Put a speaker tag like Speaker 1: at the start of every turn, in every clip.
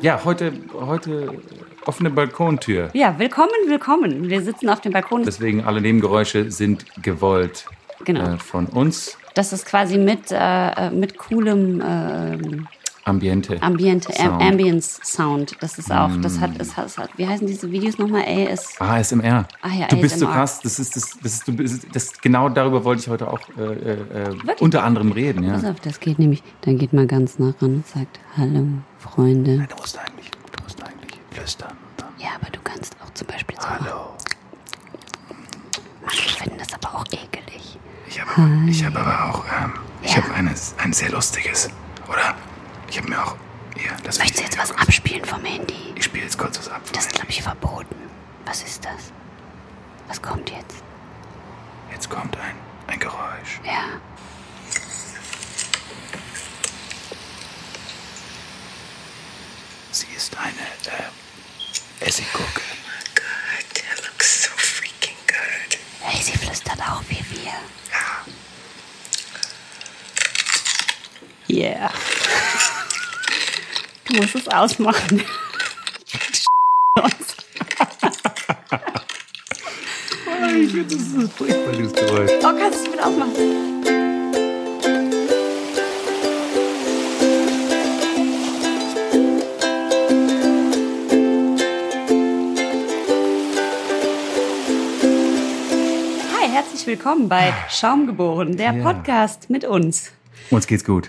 Speaker 1: Ja, heute, heute offene Balkontür.
Speaker 2: Ja, willkommen, willkommen. Wir sitzen auf dem Balkon.
Speaker 1: Deswegen alle Nebengeräusche sind gewollt
Speaker 2: Genau.
Speaker 1: äh, von uns.
Speaker 2: Das ist quasi mit, äh, mit coolem äh,
Speaker 1: Ambiente.
Speaker 2: Ambiente,
Speaker 1: Sound.
Speaker 2: Sound. Ambience Sound. Das ist auch, das
Speaker 3: Mm.
Speaker 2: hat, es hat, es hat, wie heißen diese Videos nochmal? AS.
Speaker 1: ASMR.
Speaker 2: Ah ja,
Speaker 1: du bist so
Speaker 2: ASMR.
Speaker 1: krass. Das ist das, das ist du bist das genau darüber wollte ich heute auch äh, äh, äh, unter anderem reden.
Speaker 2: Pass
Speaker 1: Ja.
Speaker 2: auf, das geht nämlich, dann geht man ganz nah ran und sagt, hallo, Freunde.
Speaker 3: Du musst eigentlich, du musst eigentlich flüstern. Dann
Speaker 2: Ja, aber du kannst auch zum Beispiel so machen.
Speaker 3: Hallo.
Speaker 2: Ich finde das aber auch ekelig.
Speaker 3: Ich habe ich hab aber auch, ähm, ich habe eines, ein sehr lustiges, oder? Ich habe mir auch, hier, das
Speaker 2: Möchtest du jetzt was abspielen vom Handy?
Speaker 3: Ich spiele jetzt kurz was ab.
Speaker 2: Das ist, glaube ich, verboten. Was ist das? Was kommt jetzt?
Speaker 3: Jetzt kommt ein, ein Geräusch.
Speaker 2: Ja.
Speaker 3: Sie ist eine, äh, Essiggucke.
Speaker 4: Oh God, that looks so freaking good.
Speaker 2: Hey, sie flüstert auch wie wir. Yeah. Du musst es ausmachen.
Speaker 1: Ich finde das ist furchtbar dieses Geräusch.
Speaker 2: Oh, kannst du es mit ausmachen? Hi, Herzlich willkommen bei Schaumgeboren, der
Speaker 1: Ja.
Speaker 2: Podcast mit uns.
Speaker 1: Uns geht's gut.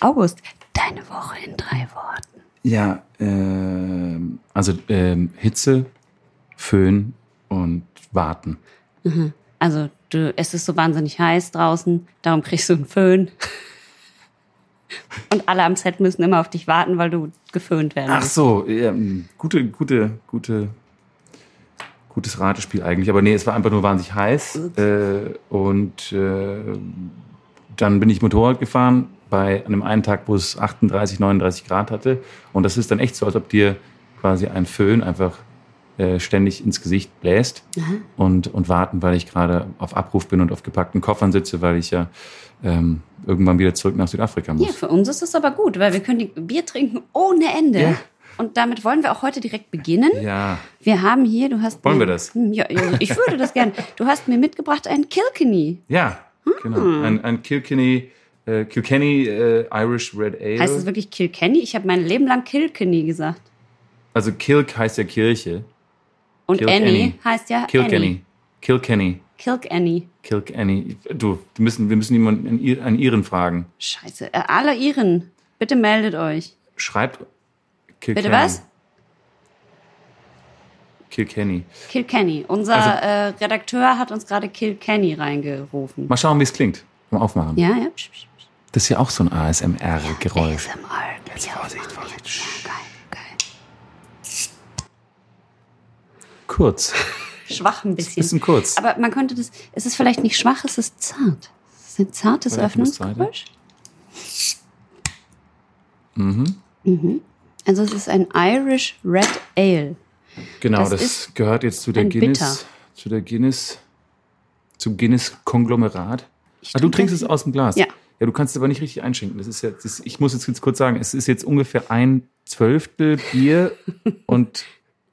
Speaker 2: August, deine Woche in drei Worten.
Speaker 1: Ja, ähm, also ähm, Hitze, Föhn und Warten.
Speaker 2: Also, du, es ist so wahnsinnig heiß draußen, darum kriegst du einen Föhn. Und alle am Set müssen immer auf dich warten, weil du geföhnt werden
Speaker 1: Ach
Speaker 2: musst.
Speaker 1: so, ähm, gute, gute, gute, gutes Ratespiel eigentlich. Aber nee, es war einfach nur wahnsinnig heiß. Äh, und äh, dann bin ich Motorrad gefahren bei einem einen Tag, wo es 38, 39 Grad hatte. Und das ist dann echt so, als ob dir quasi ein Föhn einfach äh, ständig ins Gesicht bläst und, und warten, weil ich gerade auf Abruf bin und auf gepackten Koffern sitze, weil ich ja ähm, irgendwann wieder zurück nach Südafrika muss.
Speaker 2: Ja, für uns ist das aber gut, weil wir können die Bier trinken ohne Ende.
Speaker 1: Ja.
Speaker 2: Und damit wollen wir auch heute direkt beginnen.
Speaker 1: ja.
Speaker 2: Wir haben hier, du hast.
Speaker 1: Wollen
Speaker 2: mir-
Speaker 1: wir das?
Speaker 2: Hm, Ja, ja, ich würde das gerne. Du hast mir mitgebracht einen Kilkenny.
Speaker 1: Ja,
Speaker 2: Hm.
Speaker 1: genau. Ein, ein Kilkenny, äh, Kilkenny äh, Irish Red Ale.
Speaker 2: Heißt es wirklich Kilkenny? Ich habe mein Leben lang Kilkenny gesagt.
Speaker 1: also Kilk heißt ja Kirche.
Speaker 2: Und
Speaker 1: Kilkenny.
Speaker 2: Annie heißt ja Annie.
Speaker 1: Kilkenny. Kilkenny.
Speaker 2: Kilkenny.
Speaker 1: Kilkenny. Du, wir müssen, wir müssen jemanden an, Ir- an Iren fragen.
Speaker 2: Scheiße. Äh, alle Iren, bitte meldet euch.
Speaker 1: Schreibt Kilkenny.
Speaker 2: Bitte was?
Speaker 1: Kilkenny.
Speaker 2: Kilkenny. Unser
Speaker 1: Also-
Speaker 2: äh, Redakteur hat uns gerade Kilkenny reingerufen.
Speaker 1: Mal schauen, wie es klingt. Mal aufmachen.
Speaker 2: Ja, ja. Psch, psch, psch.
Speaker 1: Das ist ja auch so ein ASMR-Geräusch.
Speaker 2: ASMR. Jetzt
Speaker 3: Vorsicht, Vorsicht. Sch-
Speaker 2: Geil, geil.
Speaker 1: Kurz.
Speaker 2: Schwach ein bisschen.
Speaker 1: Bisschen kurz.
Speaker 2: Aber man könnte das. Es ist vielleicht nicht schwach, es ist zart. Es ist ein zartes
Speaker 1: Warte, ich muss
Speaker 2: Öffnungsgeräusch. Mhm. Also es ist ein Irish Red Ale.
Speaker 1: Genau, das,
Speaker 2: Das ist
Speaker 1: gehört jetzt zu der
Speaker 2: ein
Speaker 1: Guinness,
Speaker 2: Bitter.
Speaker 1: zu der Guinness, zum Guinness-Konglomerat. Ah, du
Speaker 2: trinke-
Speaker 1: trinkst es aus dem Glas.
Speaker 2: Ja.
Speaker 1: Ja, du kannst es aber nicht richtig einschenken. Das ist ja, das ist, ich muss jetzt ganz kurz sagen, es ist jetzt ungefähr ein Zwölftel Bier und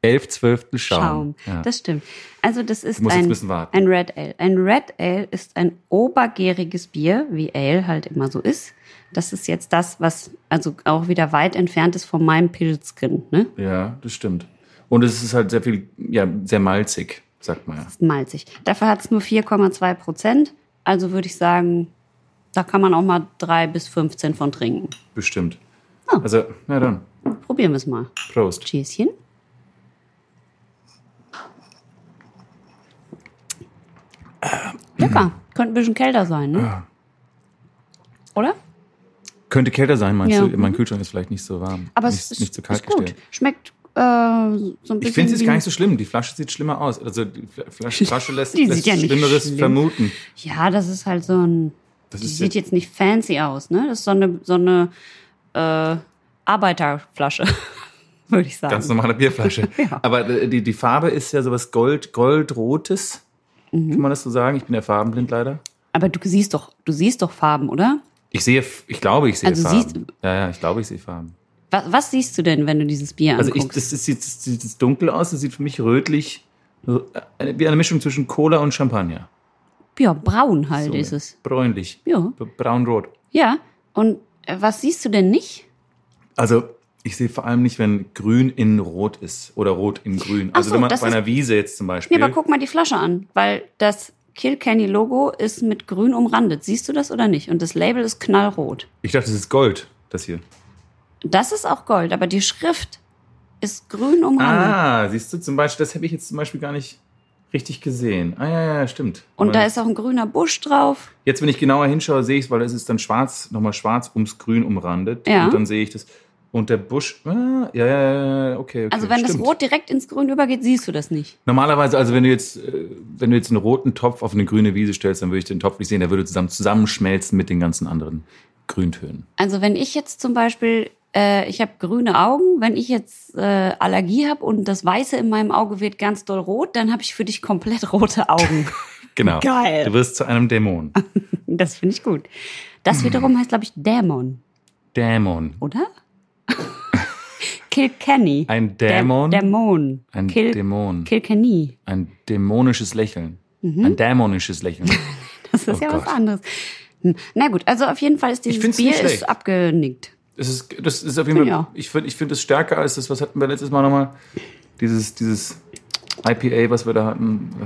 Speaker 1: elf Zwölftel Schaum.
Speaker 2: Schaum.
Speaker 1: Ja.
Speaker 2: Das stimmt. Also das ist
Speaker 1: Du musst jetzt ein
Speaker 2: ein,
Speaker 1: bisschen warten.
Speaker 2: ein Red Ale. Ein Red Ale ist ein obergäriges Bier, wie Ale halt immer so ist. Das ist jetzt das, was also auch wieder weit entfernt ist von meinem Pilzkind, ne?
Speaker 1: ja, das stimmt. Und es ist halt sehr viel, ja, sehr malzig, sagt man ja.
Speaker 2: ist malzig. Dafür hat es nur 4,2 Prozent. Also würde ich sagen, da kann man auch mal 3 bis 15 von trinken.
Speaker 1: Bestimmt.
Speaker 2: Ah.
Speaker 1: Also, na dann,
Speaker 2: Probieren wir es mal.
Speaker 1: Prost.
Speaker 2: Cheerschen. Lecker. Könnte ein bisschen kälter sein, ne?
Speaker 1: Ah.
Speaker 2: Oder?
Speaker 1: Könnte kälter sein, meinst
Speaker 2: Ja.
Speaker 1: du? Mein Kühlschrank ist vielleicht nicht so warm.
Speaker 2: Aber
Speaker 1: nicht,
Speaker 2: es ist,
Speaker 1: nicht so kalt
Speaker 2: ist gut.
Speaker 1: gestellt.
Speaker 2: Schmeckt äh, so ein bisschen.
Speaker 1: Ich finde es
Speaker 2: wie
Speaker 1: ist gar
Speaker 2: ein-
Speaker 1: nicht so schlimm. Die Flasche sieht schlimmer aus. Also die Fla- Flasche, Flasche lässt,
Speaker 2: Die sieht
Speaker 1: lässt
Speaker 2: ja nicht
Speaker 1: Schlimmeres
Speaker 2: schlimm.
Speaker 1: vermuten.
Speaker 2: Ja, das ist halt so ein.
Speaker 1: Das
Speaker 2: die
Speaker 1: ist
Speaker 2: sieht
Speaker 1: jetzt-
Speaker 2: jetzt nicht fancy aus, ne? Das ist so eine, so eine äh, Arbeiterflasche, würde ich sagen.
Speaker 1: Ganz normale Bierflasche.
Speaker 2: Ja.
Speaker 1: Aber äh, die, die Farbe ist ja sowas Gold, Goldrotes.
Speaker 2: Mhm.
Speaker 1: Kann man das so sagen? Ich bin ja farbenblind leider.
Speaker 2: Aber du siehst doch, du siehst doch Farben, oder?
Speaker 1: Ich sehe, ich glaube, ich sehe
Speaker 2: Also
Speaker 1: Farben.
Speaker 2: siehst-
Speaker 1: ja, ja, ich glaube, ich sehe Farben.
Speaker 2: Was, was siehst du denn, wenn du dieses Bier
Speaker 1: Also ich,
Speaker 2: anguckst?
Speaker 1: das, ist, das sieht das sieht dunkel aus, das sieht für mich rötlich, äh, wie eine Mischung zwischen Cola und Champagner.
Speaker 2: ja, braun halt
Speaker 1: So,
Speaker 2: ist es.
Speaker 1: Bräunlich.
Speaker 2: Ja.
Speaker 1: B- Braunrot.
Speaker 2: Ja. Und äh, was siehst du denn nicht?
Speaker 1: Also ich sehe vor allem nicht, wenn grün in rot ist oder rot in grün.
Speaker 2: Ach
Speaker 1: Also
Speaker 2: so,
Speaker 1: wenn man
Speaker 2: das
Speaker 1: auf
Speaker 2: ist-
Speaker 1: einer Wiese jetzt zum Beispiel.
Speaker 2: Nee, aber guck mal die Flasche an, weil das Kilkenny-Logo ist mit grün umrandet. Siehst du das oder nicht? Und das Label ist knallrot.
Speaker 1: Ich dachte, das ist Gold, das hier.
Speaker 2: Das ist auch Gold, aber die Schrift ist grün umrandet.
Speaker 1: Ah, siehst du zum Beispiel, das habe ich jetzt zum Beispiel gar nicht richtig gesehen. Ah ja, ja, ja, stimmt.
Speaker 2: Und da
Speaker 1: Aber
Speaker 2: ist auch ein grüner Busch drauf.
Speaker 1: jetzt, wenn ich genauer hinschaue, sehe ich es, weil es ist dann schwarz, nochmal schwarz ums Grün umrandet.
Speaker 2: Ja.
Speaker 1: Und dann sehe ich das. Und der Busch, ah, ja, ja, ja, okay, okay.
Speaker 2: Also wenn das
Speaker 1: stimmt.
Speaker 2: Rot direkt ins Grün übergeht, siehst du das nicht.
Speaker 1: Normalerweise, also wenn du jetzt, äh, wenn du jetzt einen roten Topf auf eine grüne Wiese stellst, dann würde ich den Topf nicht sehen, der würde zusammen zusammenschmelzen mit den ganzen anderen Grüntönen.
Speaker 2: Also wenn ich jetzt zum Beispiel, äh, ich habe grüne Augen, wenn ich jetzt äh, Allergie habe und das Weiße in meinem Auge wird ganz doll rot, dann habe ich für dich komplett rote Augen.
Speaker 1: Genau.
Speaker 2: Geil. Ah.
Speaker 1: Du wirst zu einem Dämon.
Speaker 2: das finde ich gut. Das
Speaker 1: Mhm.
Speaker 2: wiederum heißt, glaube ich, Dämon,
Speaker 1: Dämon.
Speaker 2: oder? Kilkenny.
Speaker 1: Ein Dämon.
Speaker 2: Dä- Dämon.
Speaker 1: Ein
Speaker 2: Kil
Speaker 1: Dämon.
Speaker 2: Kilkenny.
Speaker 1: Ein dämonisches Lächeln.
Speaker 2: Mhm.
Speaker 1: Ein dämonisches Lächeln.
Speaker 2: Das ist
Speaker 1: Oh
Speaker 2: ja was
Speaker 1: Gott.
Speaker 2: anderes. Hm. Na gut, also auf jeden Fall ist dieses
Speaker 1: find's nicht
Speaker 2: Bier ist
Speaker 1: schlecht.
Speaker 2: abgenickt.
Speaker 1: Das ist, das ist auf jeden Fall,
Speaker 2: Ja.
Speaker 1: ich finde ich find es stärker als das, was hatten wir letztes Mal nochmal? Dieses, dieses IPA, was wir da hatten. äh,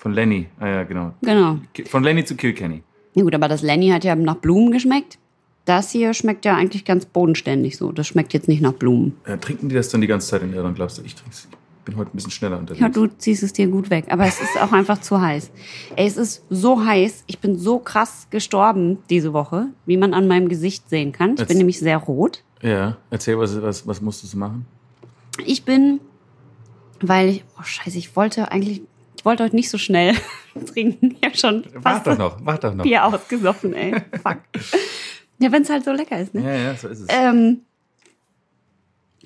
Speaker 1: Von Lenny. Ah ja, genau.
Speaker 2: Genau.
Speaker 1: Ki- Von Lenny zu Kilkenny.
Speaker 2: Na gut, aber das Lenny hat ja nach Blumen geschmeckt. Das hier schmeckt ja eigentlich ganz bodenständig so. Das schmeckt jetzt nicht nach Blumen.
Speaker 1: Äh, trinken die das dann die ganze Zeit in Irland, glaubst du? Ich trink's. Ich bin heute ein bisschen schneller unterwegs.
Speaker 2: Ja, du ziehst es dir gut weg, aber es ist auch einfach zu heiß. Ey, es ist so heiß. Ich bin so krass gestorben diese Woche, wie man an meinem Gesicht sehen kann. Ich
Speaker 1: Jetzt-
Speaker 2: bin nämlich sehr rot.
Speaker 1: Ja, erzähl, was, was, was musstest du machen?
Speaker 2: Ich bin, weil ich, oh scheiße, ich wollte eigentlich, ich wollte heute nicht so schnell trinken. Ich habe schon
Speaker 1: Wart
Speaker 2: fast
Speaker 1: doch
Speaker 2: das
Speaker 1: noch, wart doch noch.
Speaker 2: Bier ausgesoffen, ey. Fuck. Ja, wenn es halt so lecker ist, ne?
Speaker 1: Ja, ja, so ist es.
Speaker 2: Ähm,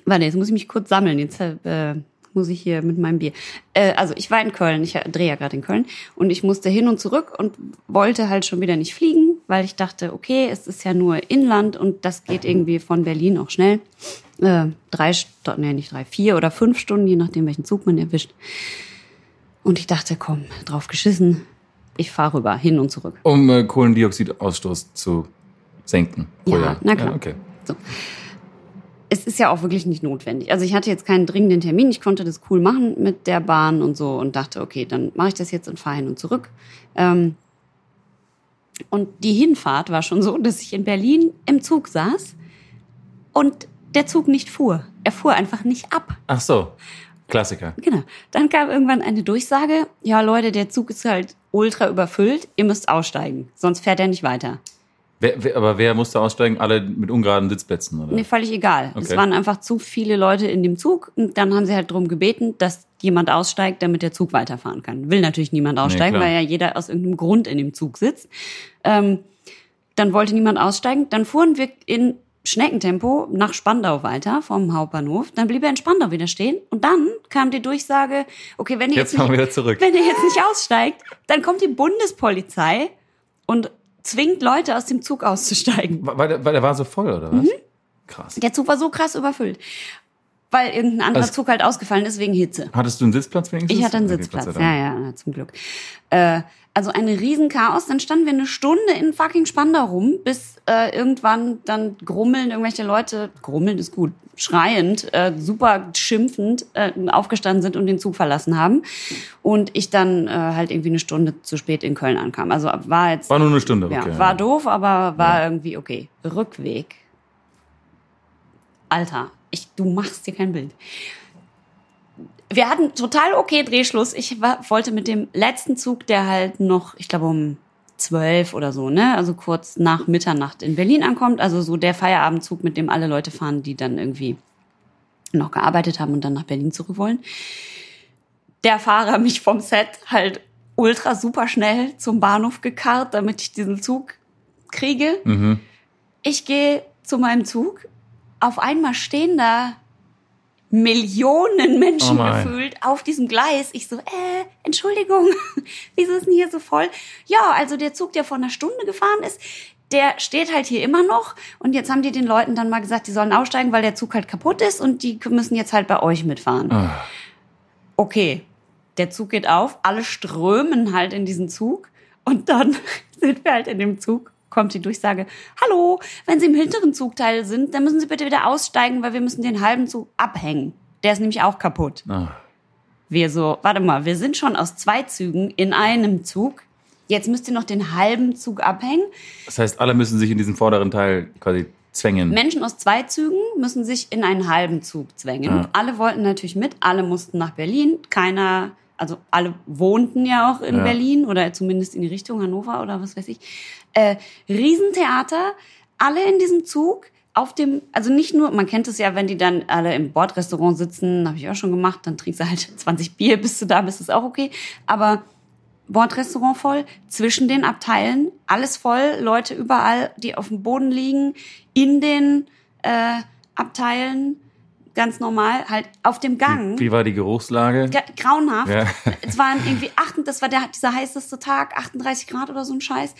Speaker 2: warte, jetzt muss ich mich kurz sammeln. Jetzt äh, muss ich hier mit meinem Bier. Äh, also ich war in Köln, ich drehe ja gerade in Köln und ich musste hin und zurück und wollte halt schon wieder nicht fliegen, weil ich dachte, okay, es ist ja nur Inland und das geht irgendwie von Berlin auch schnell. Äh, drei, Sto- nee, nicht drei, vier oder fünf Stunden, je nachdem, welchen Zug man erwischt. Und ich dachte, komm, drauf geschissen, ich fahre rüber, hin und zurück.
Speaker 1: um äh, Kohlendioxidausstoß zu senken. pro
Speaker 2: Ja,
Speaker 1: Jahr.
Speaker 2: na klar.
Speaker 1: Ja, okay.
Speaker 2: es ist ja auch wirklich nicht notwendig. Also ich hatte jetzt keinen dringenden Termin, ich konnte das cool machen mit der Bahn und so und dachte, okay, dann mache ich das jetzt und fahre hin und zurück. Ähm, und die Hinfahrt war schon so, dass ich in Berlin im Zug saß und der Zug nicht fuhr. Er fuhr einfach nicht ab.
Speaker 1: Ach so, Klassiker.
Speaker 2: Genau. Dann kam irgendwann eine Durchsage, ja Leute, der Zug ist halt ultra überfüllt, ihr müsst aussteigen, sonst fährt er nicht weiter.
Speaker 1: Wer, wer, aber wer musste aussteigen? Alle mit ungeraden Sitzplätzen, oder?
Speaker 2: Nee, völlig egal. Es
Speaker 1: Okay.
Speaker 2: waren einfach zu viele Leute in dem Zug und dann haben sie halt drum gebeten, dass jemand aussteigt, damit der Zug weiterfahren kann. Will natürlich niemand aussteigen,
Speaker 1: klar.
Speaker 2: weil ja jeder aus irgendeinem Grund in dem Zug sitzt. Ähm, dann wollte niemand aussteigen. Dann fuhren wir in Schneckentempo nach Spandau weiter vom Hauptbahnhof. Dann blieb er in Spandau wieder stehen und dann kam die Durchsage, okay, wenn ihr
Speaker 1: Jetzt
Speaker 2: jetzt,
Speaker 1: fahren wir
Speaker 2: nicht,
Speaker 1: wieder zurück.
Speaker 2: wenn ihr jetzt nicht aussteigt, dann kommt die Bundespolizei und zwingt Leute aus dem Zug auszusteigen.
Speaker 1: Wa- Weil, der- weil der war so voll, oder was?
Speaker 2: Mhm.
Speaker 1: Krass.
Speaker 2: Der Zug war so krass überfüllt, weil irgendein anderer
Speaker 1: Also-
Speaker 2: Zug halt ausgefallen ist wegen Hitze.
Speaker 1: Hattest du einen Sitzplatz wenigstens?
Speaker 2: Ich hatte einen
Speaker 1: Okay,
Speaker 2: Sitzplatz,
Speaker 1: Gott sei
Speaker 2: ja,
Speaker 1: Dank.
Speaker 2: ja, na, zum Glück. Äh, also ein Riesenchaos. Dann standen wir eine Stunde in fucking Spandau rum, bis äh, irgendwann dann grummeln irgendwelche Leute, grummeln ist gut, schreiend, äh, super schimpfend äh, aufgestanden sind und den Zug verlassen haben. Und ich dann äh, halt irgendwie eine Stunde zu spät in Köln ankam. Also war jetzt
Speaker 1: War nur eine Stunde, okay.
Speaker 2: ja, war doof, aber war irgendwie okay. Rückweg. Alter, ich, du machst dir kein Bild. Wir hatten total okay Drehschluss. Ich war, wollte mit dem letzten Zug, der halt noch, ich glaube um zwölf oder so, ne, also kurz nach Mitternacht in Berlin ankommt, also so der Feierabendzug, mit dem alle Leute fahren, die dann irgendwie noch gearbeitet haben und dann nach Berlin zurück wollen der Fahrer mich vom Set halt ultra super schnell zum Bahnhof gekarrt, damit ich diesen Zug kriege.
Speaker 1: Mhm.
Speaker 2: Ich gehe zu meinem Zug. Auf einmal stehen da Millionen Menschen
Speaker 1: Oh mein.
Speaker 2: gefühlt auf diesem Gleis. Ich so, äh, Entschuldigung, wieso ist denn hier so voll? Ja, also der Zug, der vor einer Stunde gefahren ist, der steht halt hier immer noch. Und jetzt haben die den Leuten dann mal gesagt, die sollen aussteigen, weil der Zug halt kaputt ist und die müssen jetzt halt bei euch mitfahren.
Speaker 1: Ah.
Speaker 2: Okay, der Zug geht auf, alle strömen halt in diesen Zug und dann sind wir halt in dem Zug. Kommt die Durchsage, hallo, wenn Sie im hinteren Zugteil sind, dann müssen Sie bitte wieder aussteigen, weil wir müssen den halben Zug abhängen. Der ist nämlich auch kaputt.
Speaker 1: Ah.
Speaker 2: Wir so, warte mal, wir sind schon aus zwei Zügen in einem Zug. Jetzt müsst ihr noch den halben Zug abhängen.
Speaker 1: Das heißt, alle müssen sich in diesen vorderen Teil quasi zwängen.
Speaker 2: Menschen aus zwei Zügen müssen sich in einen halben Zug zwängen.
Speaker 1: Ja.
Speaker 2: Alle wollten natürlich mit, alle mussten nach Berlin. Keiner, also alle wohnten ja auch in
Speaker 1: Ja.
Speaker 2: Berlin oder zumindest in die Richtung Hannover oder was weiß ich. Äh, Riesentheater, alle in diesem Zug. Auf dem, also nicht nur, man kennt es ja, wenn die dann alle im Bordrestaurant sitzen, habe ich auch schon gemacht, dann trinkst du halt 20 Bier, bist du da, bist es auch okay. Aber Bordrestaurant voll, zwischen den Abteilen, alles voll, Leute überall, die auf dem Boden liegen, in den äh, Abteilen, ganz normal, halt auf dem Gang.
Speaker 1: Wie war die Geruchslage?
Speaker 2: Ga- Grauenhaft.
Speaker 1: Ja.
Speaker 2: Es waren irgendwie acht, das war der, dieser heißeste Tag, 38 Grad oder so ein Scheiß.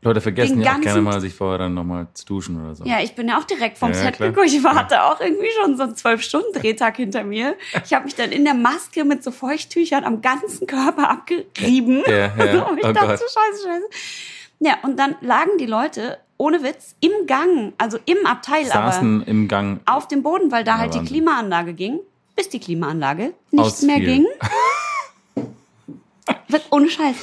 Speaker 1: Leute vergessen
Speaker 2: den
Speaker 1: ja auch gerne
Speaker 2: ganzen-
Speaker 1: mal, sich vorher dann nochmal zu duschen oder so.
Speaker 2: Ja, ich bin ja auch direkt vom
Speaker 1: Ja,
Speaker 2: Set
Speaker 1: klar.
Speaker 2: gekommen. Ich war- hatte auch irgendwie schon so einen Zwölf-Stunden-Drehtag hinter mir. Ich habe mich dann in der Maske mit so Feuchttüchern am ganzen Körper abgerieben.
Speaker 1: Ja, ja.
Speaker 2: So, ich
Speaker 1: Oh
Speaker 2: dachte,
Speaker 1: Gott.
Speaker 2: so scheiße, scheiße. Ja, und dann lagen die Leute, ohne Witz, im Gang, also im Abteil,
Speaker 1: Saßen im Gang.
Speaker 2: aber auf dem Boden, weil da
Speaker 1: Ja,
Speaker 2: halt die
Speaker 1: Wahnsinn.
Speaker 2: Klimaanlage ging, bis die Klimaanlage nicht
Speaker 1: Ausfiel.
Speaker 2: mehr ging. Wird Ohne Scheiß.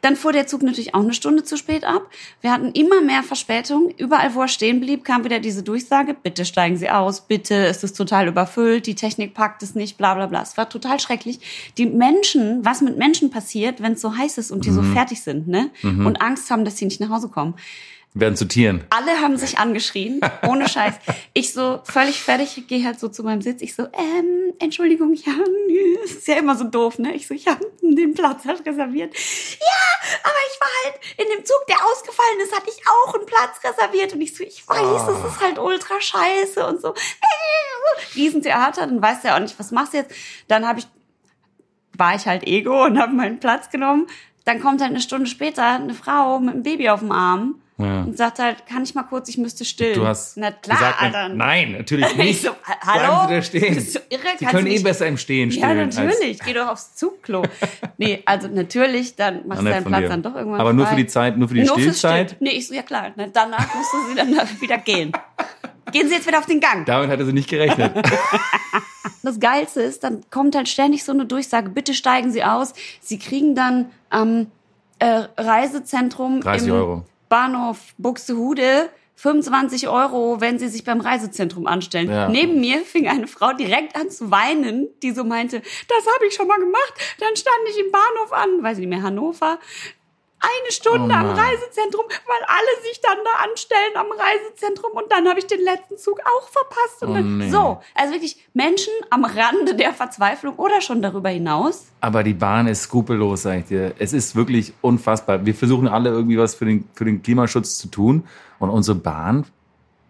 Speaker 2: Dann fuhr der Zug natürlich auch eine Stunde zu spät ab. Wir hatten immer mehr Verspätung. Überall, wo er stehen blieb, kam wieder diese Durchsage, bitte steigen Sie aus, bitte, es ist total überfüllt, die Technik packt es nicht, bla bla bla. Es war total schrecklich. Die Menschen, was mit Menschen passiert, wenn es so heiß ist und die so
Speaker 1: Mhm.
Speaker 2: fertig sind, ne? Und Angst haben, dass sie nicht nach Hause kommen
Speaker 1: Werden zu Tieren.
Speaker 2: alle haben sich angeschrien, ohne Scheiß. Ich so völlig fertig, gehe halt so zu meinem Sitz. Ich so, ähm, Entschuldigung, ja, nö. es ist ja immer so doof, ne? Ich so, ich habe den Platz halt reserviert. Ja, aber ich war halt in dem Zug, der ausgefallen ist, hatte ich auch einen Platz reserviert. Und ich so, ich weiß, es ist halt ultra scheiße und so. Äh, Riesentheater, dann weißt du ja auch nicht, was machst du jetzt. Dann habe ich war ich halt Ego und habe meinen Platz genommen. Dann kommt halt eine Stunde später eine Frau mit einem Baby auf dem Arm
Speaker 1: Ja.
Speaker 2: und sagt halt, kann ich mal kurz, ich müsste stillen.
Speaker 1: Du hast
Speaker 2: Na klar,
Speaker 1: gesagt,
Speaker 2: Alter.
Speaker 1: nein, natürlich
Speaker 2: Ich
Speaker 1: nicht.
Speaker 2: so, hallo?
Speaker 1: Bleiben Sie da stehen.
Speaker 2: Bist du irre?
Speaker 1: Sie
Speaker 2: Kannst
Speaker 1: können
Speaker 2: du
Speaker 1: eh
Speaker 2: nicht-
Speaker 1: besser im Stehen stehen.
Speaker 2: Ja,
Speaker 1: als-
Speaker 2: natürlich, geh doch aufs Zugklo. nee, also natürlich, dann machst
Speaker 1: Ah,
Speaker 2: du
Speaker 1: nett
Speaker 2: deinen
Speaker 1: von
Speaker 2: Platz
Speaker 1: dir.
Speaker 2: dann doch irgendwann
Speaker 1: Aber nur für
Speaker 2: frei.
Speaker 1: die Zeit, nur für die
Speaker 2: Nur fürs
Speaker 1: Stillzeit.
Speaker 2: Stillen. Nee, ich so, ja klar, ne, danach musst du sie dann wieder gehen. Gehen Sie jetzt wieder auf den Gang.
Speaker 1: Damit hatte sie nicht gerechnet.
Speaker 2: Das Geilste ist, dann kommt halt ständig so eine Durchsage, bitte steigen Sie aus. Sie kriegen dann am äh, Reisezentrum
Speaker 1: 30
Speaker 2: im
Speaker 1: Euro.
Speaker 2: Bahnhof Buxtehude 25 Euro, wenn Sie sich beim Reisezentrum anstellen.
Speaker 1: Ja.
Speaker 2: Neben mir fing eine Frau direkt an zu weinen, die so meinte, das habe ich schon mal gemacht. Dann stand ich im Bahnhof an, weiß ich nicht mehr, Hannover. Eine Stunde
Speaker 1: Oh
Speaker 2: am
Speaker 1: Mann.
Speaker 2: Reisezentrum, weil alle sich dann da anstellen am Reisezentrum und dann habe ich den letzten Zug auch verpasst. Und
Speaker 1: Oh
Speaker 2: dann,
Speaker 1: nee.
Speaker 2: So, also wirklich Menschen am Rande der Verzweiflung oder schon darüber hinaus.
Speaker 1: Aber die Bahn ist skrupellos, sag ich dir. Es ist wirklich unfassbar. Wir versuchen alle irgendwie was für den, für den Klimaschutz zu tun. Und unsere Bahn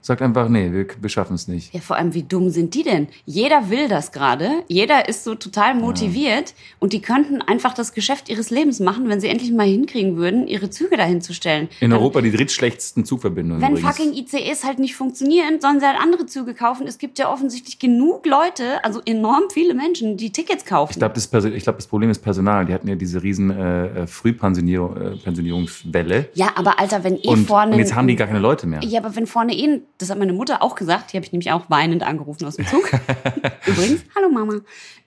Speaker 1: sagt einfach, nee, wir, wir schaffen es nicht.
Speaker 2: Ja, vor allem, wie dumm sind die denn? Jeder will das gerade. Jeder ist so total motiviert. Und die könnten einfach das Geschäft ihres Lebens machen, wenn sie endlich mal hinkriegen würden, ihre Züge dahin zu stellen.
Speaker 1: In Europa die drittschlechtesten Zugverbindungen
Speaker 2: Also Wenn
Speaker 1: übrigens.
Speaker 2: fucking ICEs halt nicht funktionieren, sollen sie halt andere Züge kaufen. Es gibt ja offensichtlich genug Leute, also enorm viele Menschen, die Tickets kaufen.
Speaker 1: Ich glaube, das, Perso- ich glaub, das Problem ist Personal. Die hatten ja diese riesen äh, äh, Frühpensionierung- äh, Pensionierungswelle.
Speaker 2: ja, aber Alter, wenn eh
Speaker 1: Und,
Speaker 2: vorne...
Speaker 1: und jetzt haben die gar keine Leute mehr.
Speaker 2: Ja, aber wenn vorne eh, das hat meine Mutter auch gesagt, die habe ich nämlich auch weinend angerufen aus dem Zug. Übrigens, hallo Mama.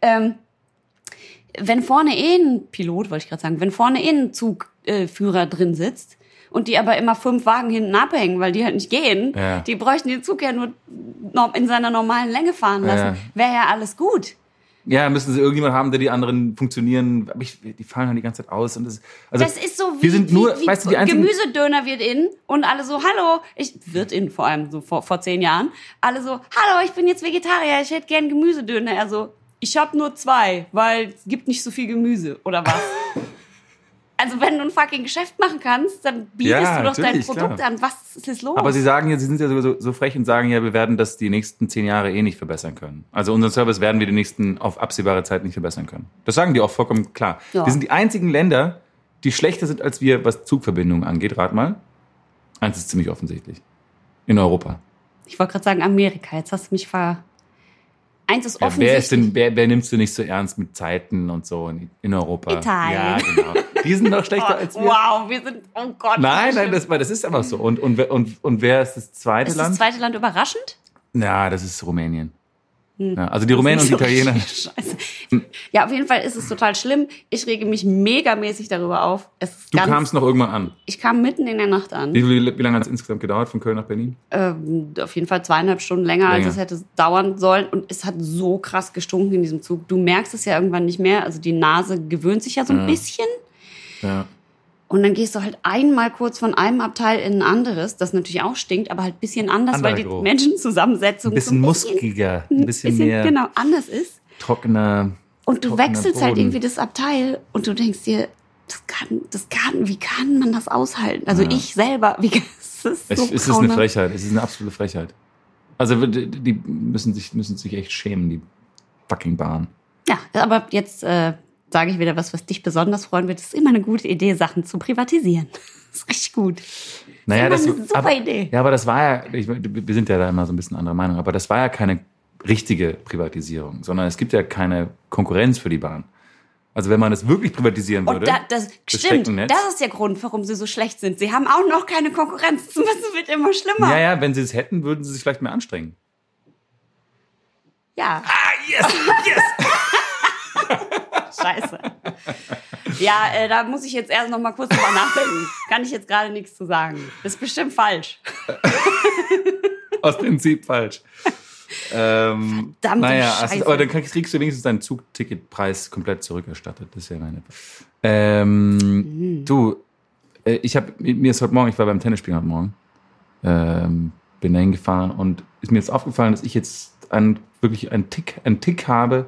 Speaker 2: Ähm, wenn vorne eh ein Pilot, wollte ich gerade sagen, wenn vorne eh ein Zugführer äh, Führer drin sitzt und die aber immer fünf Wagen hinten abhängen, weil die halt nicht gehen,
Speaker 1: Ja.
Speaker 2: die bräuchten den Zug ja nur norm- in seiner normalen Länge fahren
Speaker 1: Ja.
Speaker 2: lassen. Wäre ja alles gut.
Speaker 1: Ja, müssen sie irgendjemand haben, der die anderen funktionieren. Aber ich, die fallen halt die ganze Zeit aus. Und das, also
Speaker 2: Das ist so wie,
Speaker 1: wir sind nur,
Speaker 2: wie, wie
Speaker 1: weißt du, die einzigen,
Speaker 2: Gemüsedöner wird in und alle so, hallo, ich wird in vor allem so vor, vor zehn Jahren, alle so, hallo, ich bin jetzt Vegetarier, ich hätte gern Gemüsedöner. Er so, ich habe nur zwei, weil es gibt nicht so viel Gemüse oder was. also wenn du ein fucking Geschäft machen kannst, dann bietest
Speaker 1: Ja,
Speaker 2: du doch dein
Speaker 1: natürlich,
Speaker 2: Produkt
Speaker 1: klar.
Speaker 2: an. Was ist los?
Speaker 1: Aber sie sagen ja, sie sind ja sogar so, so frech und sagen ja, wir werden das die nächsten zehn Jahre eh nicht verbessern können. Also unseren Service werden wir die nächsten auf absehbare Zeit nicht verbessern können. Das sagen die auch vollkommen klar.
Speaker 2: Ja.
Speaker 1: Wir sind die einzigen Länder, die schlechter sind als wir, was Zugverbindungen angeht. Rat mal. Eins ist ziemlich offensichtlich. In Europa.
Speaker 2: Ich wollte gerade sagen Amerika. Jetzt hast du mich ver. Eins ist
Speaker 1: Ja, wer, ist
Speaker 2: offensichtlich.
Speaker 1: denn, wer, wer nimmst du nicht so ernst mit Zeiten und so in, in Europa?
Speaker 2: Italien. Oh,
Speaker 1: Ja, genau. Die sind noch schlechter als wir.
Speaker 2: Wow, wir sind. Oh Gott.
Speaker 1: Nein, nein, das, das ist einfach so. Und, und, wer- und, und wer ist das zweite
Speaker 2: ist
Speaker 1: Land?
Speaker 2: das zweite Land überraschend?
Speaker 1: Na, das ist Rumänien.
Speaker 2: Hm.
Speaker 1: Ja, also die Rumänen und die Italiener.
Speaker 2: Scheiße. Ja, auf jeden Fall ist es total schlimm. Ich rege mich megamäßig darüber auf. Es ist
Speaker 1: Du
Speaker 2: ganz,
Speaker 1: kamst noch irgendwann an.
Speaker 2: ich kam mitten in der Nacht an.
Speaker 1: Wie, wie, wie lange hat es insgesamt gedauert von Köln nach Berlin?
Speaker 2: ähm, auf jeden Fall zweieinhalb Stunden länger, als
Speaker 1: Länger.
Speaker 2: es hätte dauern sollen. Und es hat so krass gestunken in diesem Zug. Du merkst es ja irgendwann nicht mehr. Also die Nase gewöhnt sich ja so ein bisschen.
Speaker 1: Ja.
Speaker 2: Und dann gehst du halt einmal kurz von einem Abteil in ein anderes, das natürlich auch stinkt, aber halt ein bisschen anders,
Speaker 1: Anderer
Speaker 2: weil die
Speaker 1: Geruch.
Speaker 2: Menschenzusammensetzung
Speaker 1: Ein bisschen
Speaker 2: so ein bisschen,
Speaker 1: muskiger, ein bisschen, mehr
Speaker 2: genau anders ist.
Speaker 1: trockener.
Speaker 2: Und du
Speaker 1: trockener
Speaker 2: wechselst halt
Speaker 1: Boden.
Speaker 2: irgendwie das Abteil und du denkst dir, das kann, das kann, wie kann man das aushalten? Also
Speaker 1: Ja.
Speaker 2: ich selber, wie kann das ist
Speaker 1: Es,
Speaker 2: so
Speaker 1: es ist eine
Speaker 2: braune-
Speaker 1: Frechheit, es ist eine absolute Frechheit. Also die, die müssen, sich, müssen sich echt schämen, die fucking Bahn.
Speaker 2: Ja, aber jetzt äh, sage ich wieder was, was dich besonders freuen wird. Es ist immer eine gute Idee, Sachen zu privatisieren. Das ist richtig gut.
Speaker 1: Naja, das,
Speaker 2: Das ist immer eine super
Speaker 1: aber,
Speaker 2: Idee.
Speaker 1: Ja, aber das war ja, ich, meine, wir sind ja da immer so ein bisschen anderer Meinung, aber das war ja keine richtige Privatisierung, sondern es gibt ja keine Konkurrenz für die Bahn. Also wenn man es wirklich privatisieren würde.
Speaker 2: Und da, das, stimmt,
Speaker 1: Steckennetz.
Speaker 2: das ist der Grund, warum sie so schlecht sind. Sie haben auch noch keine Konkurrenz. Das wird immer schlimmer.
Speaker 1: ja, ja, wenn sie es hätten, würden sie sich vielleicht mehr anstrengen.
Speaker 2: Ja,
Speaker 1: Ah, yes, yes!
Speaker 2: scheiße. ja, äh, da muss ich jetzt erst noch mal kurz drüber nachdenken. Kann ich jetzt gerade nichts zu sagen. Das ist bestimmt falsch.
Speaker 1: Aus Prinzip falsch. Ähm,
Speaker 2: Verdammte
Speaker 1: naja,
Speaker 2: Scheiße.
Speaker 1: also, aber dann kriegst, kriegst du wenigstens deinen Zugticketpreis komplett zurückerstattet. Das ist ja meine. Ähm, Du, äh, ich habe mir ist heute Morgen, ich war beim Tennisspielen heute Morgen, ähm, bin da hingefahren und ist mir jetzt aufgefallen, dass ich jetzt einen, wirklich einen Tick, einen Tick habe,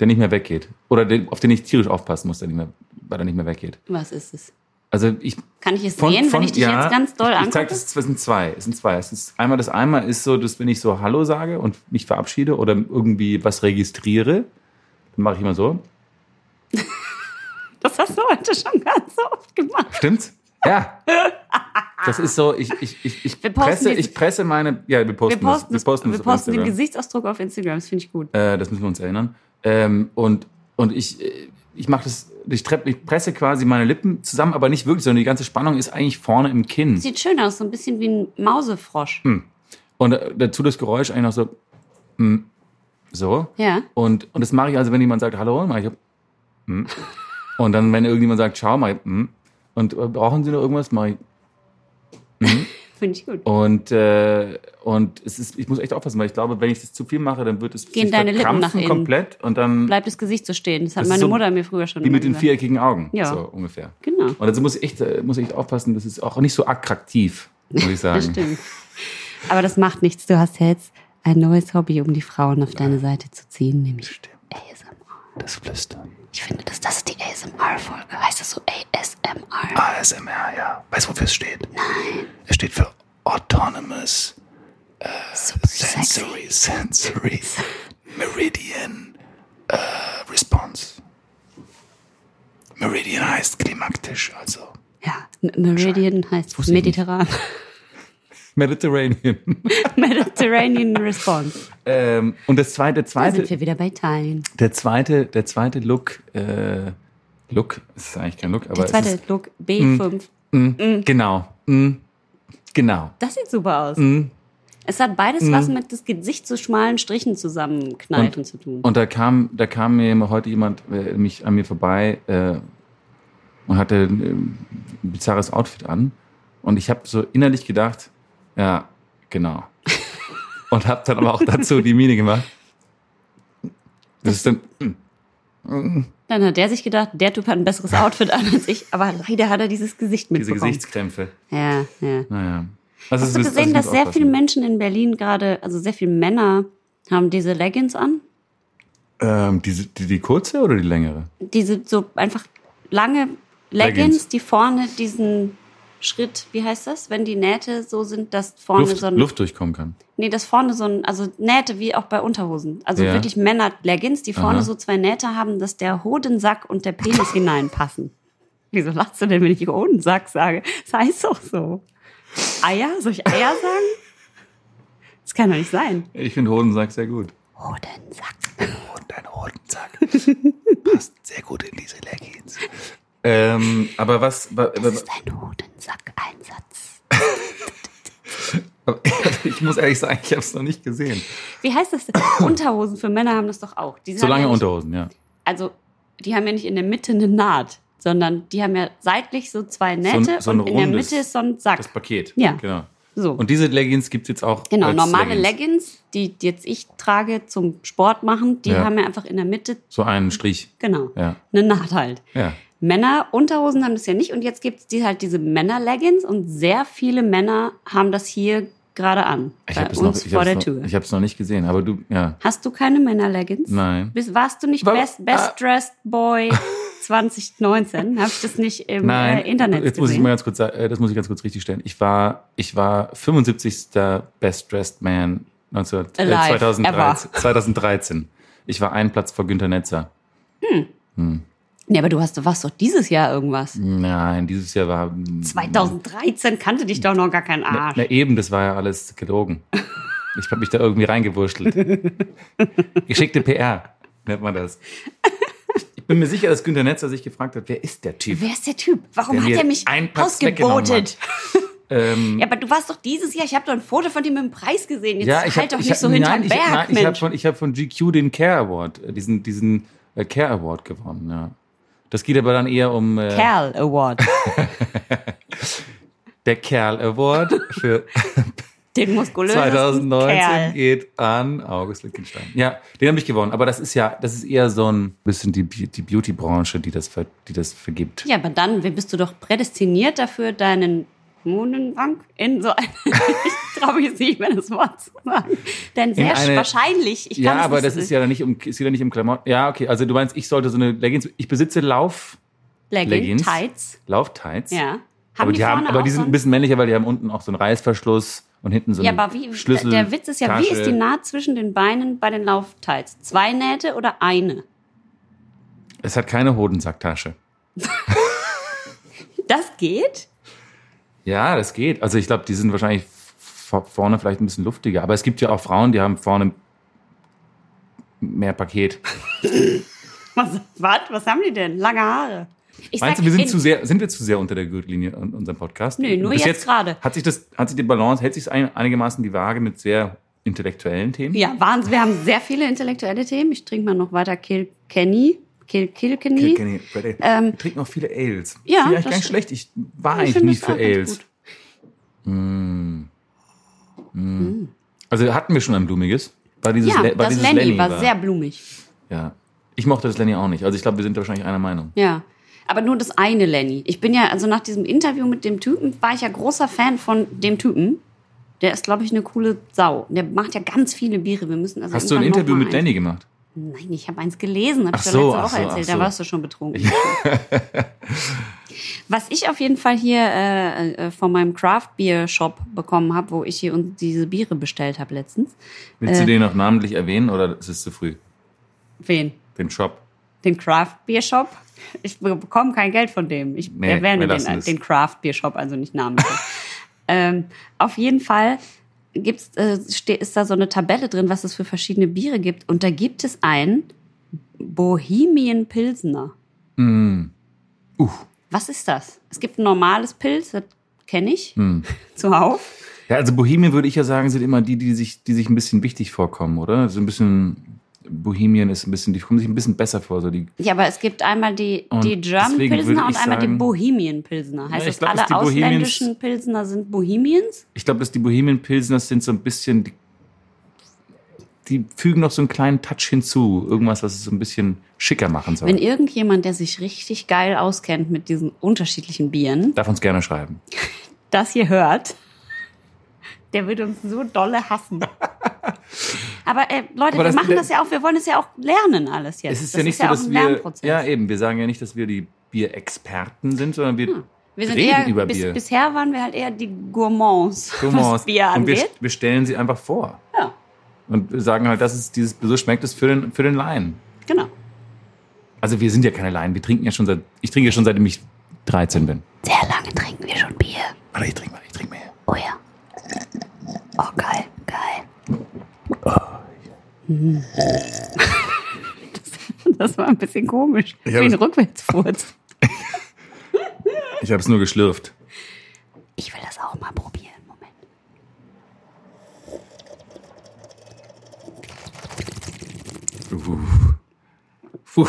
Speaker 1: der nicht mehr weggeht. Oder den, auf den ich tierisch aufpassen muss, der nicht mehr, weil er nicht mehr weggeht.
Speaker 2: Was ist es?
Speaker 1: Also ich
Speaker 2: Kann ich es sehen, wenn ich dich
Speaker 1: ja,
Speaker 2: jetzt ganz doll
Speaker 1: ich, ich
Speaker 2: angucke?
Speaker 1: zeig, das, es sind zwei. Es sind zwei. Es ist einmal das einmal ist so, dass wenn ich so Hallo sage und mich verabschiede oder irgendwie was registriere, dann mache ich immer so.
Speaker 2: das hast du heute schon ganz oft gemacht.
Speaker 1: Stimmt's? Ja. Das ist so, ich, ich, ich, ich,
Speaker 2: Wir posten
Speaker 1: presse,
Speaker 2: dieses-
Speaker 1: ich presse meine. Ja, wir
Speaker 2: Wir
Speaker 1: posten,
Speaker 2: posten,
Speaker 1: das. Wir posten,
Speaker 2: wir
Speaker 1: das auf
Speaker 2: posten den
Speaker 1: Instagram.
Speaker 2: Gesichtsausdruck auf Instagram. Das finde ich gut.
Speaker 1: Äh, das müssen wir uns erinnern. Ähm, und, und ich, äh, ich mache das, ich, trepp, ich presse quasi meine Lippen zusammen, aber nicht wirklich, sondern die ganze Spannung ist eigentlich vorne im Kinn.
Speaker 2: Sieht schön aus, so ein bisschen wie ein Mausefrosch.
Speaker 1: Und äh, dazu das Geräusch eigentlich noch so. mm, So.
Speaker 2: Ja.
Speaker 1: Und, und das mache ich also, wenn jemand sagt Hallo, mache ich. mm. Und dann, wenn irgendjemand sagt Ciao, mache ich. mm. Und äh, brauchen Sie noch irgendwas, mache ich.
Speaker 2: Finde ich gut.
Speaker 1: Und, äh, und es ist, ich muss echt aufpassen, weil ich glaube, wenn ich das zu viel mache, dann wird es
Speaker 2: Gehen
Speaker 1: sich
Speaker 2: deine Lippen
Speaker 1: verkrampfen
Speaker 2: nach innen.
Speaker 1: komplett und dann
Speaker 2: Bleibt das Gesicht so stehen. Das hat
Speaker 1: Das ist
Speaker 2: meine
Speaker 1: so
Speaker 2: Mutter mir früher schon
Speaker 1: wie mit den
Speaker 2: immer
Speaker 1: viereckigen Augen.
Speaker 2: Ja.
Speaker 1: So ungefähr.
Speaker 2: Genau.
Speaker 1: Und also muss ich echt, äh, muss ich echt aufpassen, das ist auch nicht so attraktiv, muss ich
Speaker 2: Das
Speaker 1: sagen.
Speaker 2: stimmt. Aber das macht nichts. Du hast ja jetzt ein neues Hobby, um die Frauen auf deine Seite zu ziehen, nämlich ASMR.
Speaker 3: Das Flüstern.
Speaker 2: Ich finde, dass das die ASMR-Folge heißt. Das so ASMR.
Speaker 1: Ah,
Speaker 3: ASMR, ja. Weißt du, wofür es steht? Nein. Es steht für Autonomous
Speaker 2: Super sexy.
Speaker 3: Sensory Sensory Meridian äh, Response. Meridian heißt klimaktisch, also.
Speaker 2: Ja, M- Meridian heißt
Speaker 1: wusste ich nicht.
Speaker 2: mediterran.
Speaker 1: Mediterranean.
Speaker 2: Mediterranean Response.
Speaker 1: ähm, und das zweite,
Speaker 2: Da
Speaker 1: zweite,
Speaker 2: sind wir wieder bei Italien.
Speaker 1: Der zweite, der zweite Look, äh, Look, es ist eigentlich kein Look, aber
Speaker 2: Der
Speaker 1: es
Speaker 2: zweite
Speaker 1: ist,
Speaker 2: Look B5.
Speaker 1: Mm. genau, mm, genau.
Speaker 2: Das sieht super aus.
Speaker 1: Mm.
Speaker 2: Es hat beides was mit das Gesicht zu schmalen Strichen zusammenkneifen zu tun.
Speaker 1: Und da kam, da kam mir heute jemand äh, mich an mir vorbei äh, und hatte äh, ein bizarres Outfit an und ich habe so innerlich gedacht, ja, genau. und habe dann aber auch dazu die Miene gemacht. Das ist dann,
Speaker 2: Dann hat der sich gedacht, der Typ hat ein besseres Outfit an als ich, aber leider hat er dieses Gesicht
Speaker 1: diese
Speaker 2: mitbekommen.
Speaker 1: Gesichtskrämpfe.
Speaker 2: ja, ja.
Speaker 1: Naja. Also
Speaker 2: Hast du gesehen, dass sehr viele Menschen in Berlin gerade, also sehr viele Männer haben diese Leggings an?
Speaker 1: Ähm, diese, die, die kurze oder die längere?
Speaker 2: Diese so einfach lange Leggings,
Speaker 1: Leggings.
Speaker 2: die vorne diesen Schritt, wie heißt das, wenn die Nähte so sind, dass vorne
Speaker 1: Luft,
Speaker 2: so ein
Speaker 1: Luft durchkommen kann.
Speaker 2: Nee, das vorne so ein, also Nähte wie auch bei Unterhosen. Also
Speaker 1: Ja.
Speaker 2: wirklich Männer-Leggings, die vorne
Speaker 1: Aha.
Speaker 2: so zwei Nähte haben, dass der Hodensack und der Penis hineinpassen. Wieso lachst du denn, wenn ich Hodensack sage? Das heißt doch so. Eier? Soll ich Eier sagen? Das kann doch nicht sein.
Speaker 1: Ich finde Hodensack sehr gut.
Speaker 2: Hodensack.
Speaker 3: Und ein Hodensack. Passt sehr gut in diese Leggings.
Speaker 1: Ähm, aber was, wa-
Speaker 2: Das ist ein Hodensack-Einsatz.
Speaker 1: wa- ich muss ehrlich sagen, ich habe es noch nicht gesehen.
Speaker 2: Wie heißt das denn? Unterhosen für Männer haben das doch auch. Die
Speaker 1: So
Speaker 2: haben
Speaker 1: lange
Speaker 2: ja nicht-
Speaker 1: Unterhosen, ja.
Speaker 2: Also, die haben ja nicht in der Mitte eine Naht, sondern die haben ja seitlich so zwei
Speaker 1: ein-
Speaker 2: Nähte
Speaker 1: so ein
Speaker 2: und in der
Speaker 1: rundes-
Speaker 2: Mitte ist so ein Sack.
Speaker 1: Das Paket.
Speaker 2: Ah. Ja.
Speaker 1: Genau.
Speaker 2: so.
Speaker 1: Und diese Leggings gibt es jetzt auch.
Speaker 2: Genau,
Speaker 1: als
Speaker 2: normale Leggings, die die jetzt ich trage zum Sport machen, die
Speaker 1: Ja.
Speaker 2: haben ja einfach in der Mitte,
Speaker 1: So einen Strich.
Speaker 2: genau,
Speaker 1: Ja.
Speaker 2: eine Naht halt.
Speaker 1: Ja.
Speaker 2: Männer Unterhosen haben das ja nicht und jetzt gibt es die halt diese Männer Leggings und sehr viele Männer haben das hier gerade an
Speaker 1: Ich
Speaker 2: bei
Speaker 1: habe es noch,
Speaker 2: uns
Speaker 1: ich
Speaker 2: vor
Speaker 1: hab's
Speaker 2: der
Speaker 1: noch,
Speaker 2: Tür.
Speaker 1: ich hab's noch nicht gesehen, aber du, ja.
Speaker 2: Hast du keine Männer Leggings?
Speaker 1: Nein. Ah.
Speaker 2: Bist, warst du nicht
Speaker 1: Warum-
Speaker 2: best, best dressed boy 2019? Habe ich das nicht im
Speaker 1: Nein,
Speaker 2: äh, Internet
Speaker 1: jetzt
Speaker 2: gesehen?
Speaker 1: muss ich mal ganz kurz, sa- äh, das muss ich ganz kurz richtig stellen. Ich war, ich war 75. Best Dressed Man 19, äh,
Speaker 2: Alive,
Speaker 1: 2013, 2013. Ich war einen Platz vor Günter Netzer.
Speaker 2: nee, aber du hast, du warst doch dieses Jahr irgendwas.
Speaker 1: Nein, dieses Jahr war. mm,
Speaker 2: 2013 kannte dich doch noch gar kein
Speaker 1: Na,
Speaker 2: Arsch.
Speaker 1: na eben, das war ja alles gelogen. Ich habe mich da irgendwie reingewurschtelt. Geschickte PR nennt man das. Ich bin mir sicher, dass Günter Netzer sich gefragt hat, wer ist der Typ?
Speaker 2: Wer ist der Typ? Warum
Speaker 1: Der
Speaker 2: hat
Speaker 1: mir
Speaker 2: er mich
Speaker 1: einen Platz weggenommen
Speaker 2: ausgebotet?
Speaker 1: hat. Ähm,
Speaker 2: Ja, aber du warst doch dieses Jahr, ich habe doch ein Foto von dir mit dem Preis gesehen. Jetzt
Speaker 1: ich
Speaker 2: halt
Speaker 1: hab-
Speaker 2: doch
Speaker 1: ich
Speaker 2: nicht
Speaker 1: hab-
Speaker 2: so hinterm
Speaker 1: nein,
Speaker 2: Berg,
Speaker 1: ich, nein, ich habe
Speaker 2: Mensch.
Speaker 1: von, ich hab von GQ den Care Award, äh, diesen, diesen äh, Care Award gewonnen. Ja. Das geht aber dann eher um äh,
Speaker 2: Kerl Award.
Speaker 1: der Kerl Award für
Speaker 2: Den muskulösen
Speaker 1: 2019
Speaker 2: Kerl.
Speaker 1: geht an August Lichtenstein. Ja, den habe ich gewonnen. Aber das ist ja, das ist eher so ein bisschen die, Be- die Beauty-Branche, die das, ver, die das vergibt.
Speaker 2: Ja, aber dann wie bist du doch prädestiniert dafür, deinen Mohnenrank in so eine, ich traue mich jetzt nicht mehr das Wort zu sagen. Denn sehr
Speaker 1: eine-
Speaker 2: wahrscheinlich, ich kann
Speaker 1: Ja,
Speaker 2: es
Speaker 1: aber
Speaker 2: nicht-
Speaker 1: das ist ja dann nicht um, es geht ja nicht um Klamotten. Ja, okay. Also du meinst, ich sollte so eine Leggings. Ich besitze Lauf,
Speaker 2: Leggings,
Speaker 1: Leggings.
Speaker 2: Tights,
Speaker 1: Lauftights.
Speaker 2: ja. Haben
Speaker 1: aber die, haben,
Speaker 2: vorne
Speaker 1: aber
Speaker 2: auch
Speaker 1: die
Speaker 2: so
Speaker 1: sind
Speaker 2: ein-
Speaker 1: ein bisschen männlicher, weil die haben unten auch so einen Reißverschluss und hinten so
Speaker 2: ja,
Speaker 1: einen
Speaker 2: aber wie,
Speaker 1: Schlüssel.
Speaker 2: der Witz ist ja, wie ist die
Speaker 1: Tasche.
Speaker 2: Naht zwischen den Beinen bei den Laufteils? Zwei Nähte oder eine?
Speaker 1: Es hat keine Hodensacktasche.
Speaker 2: Das geht?
Speaker 1: Ja, das geht. Also ich glaube, die sind wahrscheinlich v- vorne vielleicht ein bisschen luftiger. Aber es gibt ja auch Frauen, die haben vorne mehr Paket.
Speaker 2: Was, was, was haben die denn? Lange Haare. Ich
Speaker 1: Meinst du,
Speaker 2: sag,
Speaker 1: wir sind
Speaker 2: in-
Speaker 1: zu sehr, sind wir zu sehr unter der Gürtellinie in unserem Podcast?
Speaker 2: Nö, nur jetzt gerade.
Speaker 1: Hat sich das, hat sich die Balance, hält sich ein, einigermaßen die Waage mit sehr intellektuellen Themen?
Speaker 2: Ja, Wahnsinn. Wir haben sehr viele intellektuelle Themen. Ich trinke mal noch weiter Kill Kenny. Kill, Kill Kenny.
Speaker 1: Kilkenny, Red Ale.
Speaker 2: Ähm,
Speaker 1: ich trinke noch viele Ales.
Speaker 2: Ja,
Speaker 1: Finde ich
Speaker 2: das
Speaker 1: gar nicht
Speaker 2: stimmt.
Speaker 1: schlecht. Ich war
Speaker 2: Ich
Speaker 1: eigentlich
Speaker 2: finde
Speaker 1: nie
Speaker 2: das
Speaker 1: für
Speaker 2: auch ganz
Speaker 1: Ales.
Speaker 2: gut.
Speaker 1: Hm. Also hatten wir schon ein blumiges. War dieses,
Speaker 2: Hm. Ja,
Speaker 1: Le war
Speaker 2: das
Speaker 1: dieses
Speaker 2: Lenny, war,
Speaker 1: war.
Speaker 2: sehr blumig.
Speaker 1: Ja. Ich mochte das Lenny auch nicht. Also ich glaube, wir sind da wahrscheinlich einer Meinung.
Speaker 2: Ja. Aber nur das eine Lenny. Ich bin ja, also nach diesem Interview mit dem Typen, war ich ja großer Fan von dem Typen. Der ist, glaube ich, eine coole Sau. Der macht ja ganz viele Biere. Wir müssen also
Speaker 1: Hast du ein
Speaker 2: irgendwann noch
Speaker 1: Interview
Speaker 2: mal
Speaker 1: mit
Speaker 2: eins-
Speaker 1: Lenny gemacht?
Speaker 2: Nein, ich habe eins gelesen, habe
Speaker 1: Ach
Speaker 2: ich
Speaker 1: so,
Speaker 2: doch letzte
Speaker 1: ach
Speaker 2: Woche
Speaker 1: so, ach
Speaker 2: erzählt,
Speaker 1: so.
Speaker 2: da warst du schon betrunken. Was ich auf jeden Fall hier äh, äh, von meinem Craft Beer Shop bekommen habe, wo ich hier und diese Biere bestellt habe letztens.
Speaker 1: Willst
Speaker 2: Äh.
Speaker 1: du den noch namentlich erwähnen oder ist es zu früh?
Speaker 2: Wen?
Speaker 1: Den Shop.
Speaker 2: Den Craft Beer Shop? Ich be- bekomme kein Geld von dem. Ich
Speaker 1: Nee,
Speaker 2: erwähne
Speaker 1: wir lassen
Speaker 2: den,
Speaker 1: es.
Speaker 2: den Craft Beer Shop also nicht namentlich. ähm, auf jeden Fall gibt's, äh, ste- ist da so eine Tabelle drin, was es für verschiedene Biere gibt. Und da gibt es einen Bohemian Pilsner.
Speaker 1: Uh.
Speaker 2: Was ist das? Es gibt ein normales Pilz, das kenne ich
Speaker 1: Hm.
Speaker 2: zuhauf.
Speaker 1: Ja, also Bohemien würde ich ja sagen, sind immer die, die sich, die sich ein bisschen wichtig vorkommen, oder? So ein bisschen Bohemien ist ein bisschen, die kommen sich ein bisschen besser vor, so die
Speaker 2: Ja, aber es gibt einmal die,
Speaker 1: Und
Speaker 2: die German
Speaker 1: deswegen würde
Speaker 2: Pilsner und
Speaker 1: ich
Speaker 2: einmal die
Speaker 1: sagen-
Speaker 2: Bohemian Pilsner. Heißt
Speaker 1: Ja, ich
Speaker 2: das,
Speaker 1: glaub, dass
Speaker 2: alle
Speaker 1: die Bohemians-
Speaker 2: ausländischen Pilsner sind Bohemians?
Speaker 1: ich glaube, dass die Bohemian Pilsners sind so ein bisschen, die, die fügen noch so einen kleinen Touch hinzu. Irgendwas, was es so ein bisschen schicker machen
Speaker 2: Wenn
Speaker 1: soll.
Speaker 2: irgendjemand, der sich richtig geil auskennt mit diesen unterschiedlichen Bieren,
Speaker 1: Darf uns gerne schreiben.
Speaker 2: das hier hört, der wird uns so dolle hassen. Aber äh,
Speaker 1: Aber
Speaker 2: Leute, wir
Speaker 1: das-
Speaker 2: machen das ja auch, wir wollen es ja auch lernen alles jetzt.
Speaker 1: Es ist
Speaker 2: das
Speaker 1: ja nicht so,
Speaker 2: auch
Speaker 1: dass
Speaker 2: ein
Speaker 1: wir,
Speaker 2: Lernprozess.
Speaker 1: ja eben, wir sagen ja nicht, dass wir die Bierexperten sind, sondern wir,
Speaker 2: Hm. wir sind
Speaker 1: reden
Speaker 2: eher,
Speaker 1: über
Speaker 2: bis,
Speaker 1: Bier.
Speaker 2: bisher waren wir halt eher die Gourmands, was
Speaker 1: Gourmands.
Speaker 2: Bier
Speaker 1: und wir,
Speaker 2: angeht.
Speaker 1: wir stellen sie einfach vor.
Speaker 2: Ja.
Speaker 1: Und wir sagen halt, das ist dieses, so schmeckt es für den, für den Laien.
Speaker 2: Genau.
Speaker 1: Also wir sind ja keine Laien, wir trinken ja schon seit, ich trinke ja schon seitdem ich 13 bin.
Speaker 2: Sehr lange trinken wir schon Bier. Oh
Speaker 3: Warte, ich trinke mal, ich trinke mal.
Speaker 2: Das war ein bisschen komisch.
Speaker 1: Ich
Speaker 2: Ich
Speaker 1: hab
Speaker 2: Wie ein
Speaker 1: das-
Speaker 2: Rückwärtsfurz.
Speaker 1: Ich habe es nur geschlürft.
Speaker 2: Ich will das auch mal probieren. Moment.
Speaker 1: Puh.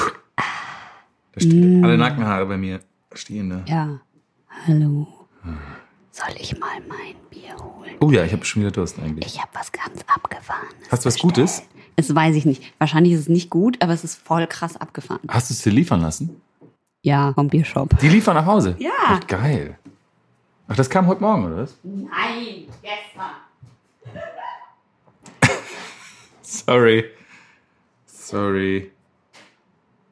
Speaker 1: Da stehen alle Nackenhaare bei mir stehen da.
Speaker 2: Mm. Ja. Hallo. Soll ich mal mein Bier holen?
Speaker 1: Oh ja, ich habe schon wieder Durst eigentlich.
Speaker 2: Ich habe was ganz abgefahrenes.
Speaker 1: Hast du was Gutes?
Speaker 2: Das weiß ich nicht. Wahrscheinlich ist es nicht gut, aber es ist voll krass abgefahren.
Speaker 1: Hast du es dir liefern lassen?
Speaker 2: Ja, vom Biershop.
Speaker 1: Die liefern nach Hause?
Speaker 2: Ja.
Speaker 1: Ach, geil. Ach, das kam heute Morgen, oder was?
Speaker 2: Nein, gestern.
Speaker 1: Sorry. Sorry.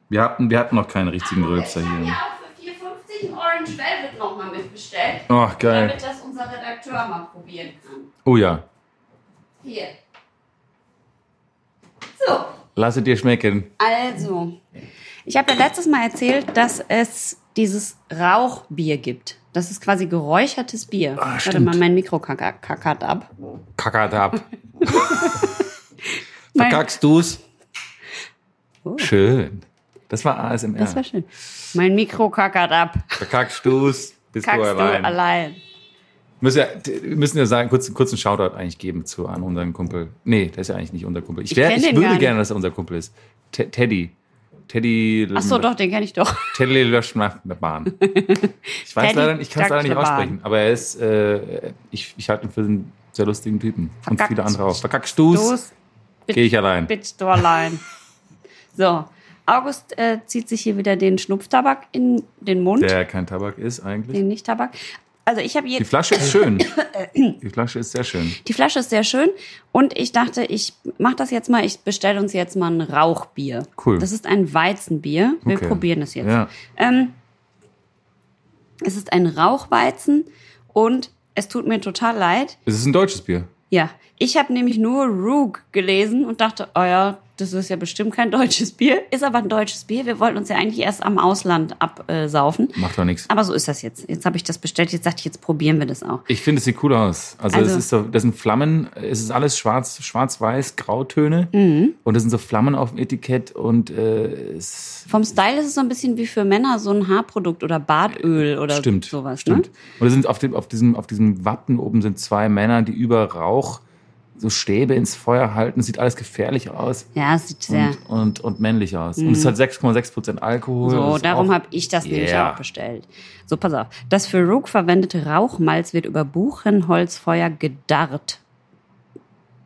Speaker 1: Wir hatten, wir hatten noch keinen richtigen Rülpser hier.
Speaker 2: auch für 4,50 Orange Velvet nochmal mitbestellt,
Speaker 1: Ach, geil.
Speaker 2: das unser Redakteur mal probieren kann.
Speaker 1: Oh ja.
Speaker 2: Hier. So.
Speaker 1: Lass es dir schmecken.
Speaker 2: Also, ich habe ja letztes Mal erzählt, dass es dieses Rauchbier gibt. Das ist quasi geräuchertes Bier.
Speaker 1: Ah,
Speaker 2: Warte
Speaker 1: stimmt.
Speaker 2: mal, mein Mikro kack- kackert ab.
Speaker 1: Kackert ab.
Speaker 2: Mein-
Speaker 1: Verkackst du's?
Speaker 2: Oh.
Speaker 1: Schön. Das war ASMR.
Speaker 2: Das war schön. Mein Mikro kackert ab.
Speaker 1: Verkackst du's? Bist
Speaker 2: Kackst
Speaker 1: du allein.
Speaker 2: du allein.
Speaker 1: Müssen ja, d- wir müssen ja sagen, kurz, kurzen Shoutout eigentlich geben zu an unseren Kumpel. Nee, der ist ja eigentlich nicht unser Kumpel. Ich,
Speaker 2: Ich
Speaker 1: wär,
Speaker 2: kenn
Speaker 1: ich
Speaker 2: den gar
Speaker 1: würde
Speaker 2: nicht.
Speaker 1: gerne, dass er unser Kumpel ist. Te- Teddy. Teddy.
Speaker 2: Ach so, doch, den kenne ich doch.
Speaker 1: Teddy Löschmann. Ich weiß
Speaker 2: Teddy
Speaker 1: leider, nicht- ich kann es leider nicht
Speaker 2: Löschmann.
Speaker 1: aussprechen, aber er ist, äh, ich, ich halte ihn für einen sehr lustigen Typen. Und
Speaker 2: Verkackt.
Speaker 1: viele andere auch. Verkackst du's?
Speaker 2: Los,
Speaker 1: Gehe ich allein.
Speaker 2: bitch, du allein. So, August äh, zieht sich hier wieder den Schnupftabak in den Mund.
Speaker 1: Der kein Tabak ist eigentlich.
Speaker 2: Den Nicht-Tabak. Also ich habe
Speaker 1: Die
Speaker 2: je
Speaker 1: Flasche ist schön. Die Flasche ist sehr schön.
Speaker 2: Die Flasche ist sehr schön und ich dachte, ich mache das jetzt mal, ich bestelle uns jetzt mal ein Rauchbier.
Speaker 1: Cool.
Speaker 2: Das ist ein Weizenbier. Wir
Speaker 1: Okay.
Speaker 2: probieren es jetzt.
Speaker 1: Ja.
Speaker 2: Ähm, es ist ein Rauchweizen und es tut mir total leid.
Speaker 1: Es ist ein deutsches Bier.
Speaker 2: Ja, ich habe nämlich nur Rogue gelesen und dachte, oh ja, das ist ja bestimmt kein deutsches Bier. Ist aber ein deutsches Bier. Wir wollten uns ja eigentlich erst am Ausland absaufen.
Speaker 1: Macht doch nichts.
Speaker 2: Aber so ist das jetzt. Jetzt habe ich das bestellt. Jetzt dachte ich, jetzt probieren wir das auch.
Speaker 1: Ich finde, es sieht cool aus. Also, es
Speaker 2: Also-
Speaker 1: ist so, das sind Flammen, es ist alles schwarz, schwarz-weiß, Grautöne.
Speaker 2: Mhm.
Speaker 1: Und das sind so Flammen auf dem Etikett und äh, es
Speaker 2: Vom Style ist es so ein bisschen wie für Männer so ein Haarprodukt oder Bartöl oder
Speaker 1: stimmt.
Speaker 2: sowas.
Speaker 1: stimmt.
Speaker 2: Ne?
Speaker 1: Und es sind auf, dem, auf, diesem, auf diesem Wappen oben sind zwei Männer, die über Rauch so Stäbe ins Feuer halten. Es sieht alles gefährlich aus
Speaker 2: Ja, es sieht sehr. Mhm.
Speaker 1: und, und, und männlich aus. Und es hat 6,6% Alkohol. Das
Speaker 2: So,
Speaker 1: ist
Speaker 2: darum
Speaker 1: auch-
Speaker 2: habe ich das nämlich
Speaker 1: Yeah.
Speaker 2: auch bestellt. So, pass auf. Das für Rook verwendete Rauchmalz wird über Buchenholzfeuer gedarrt.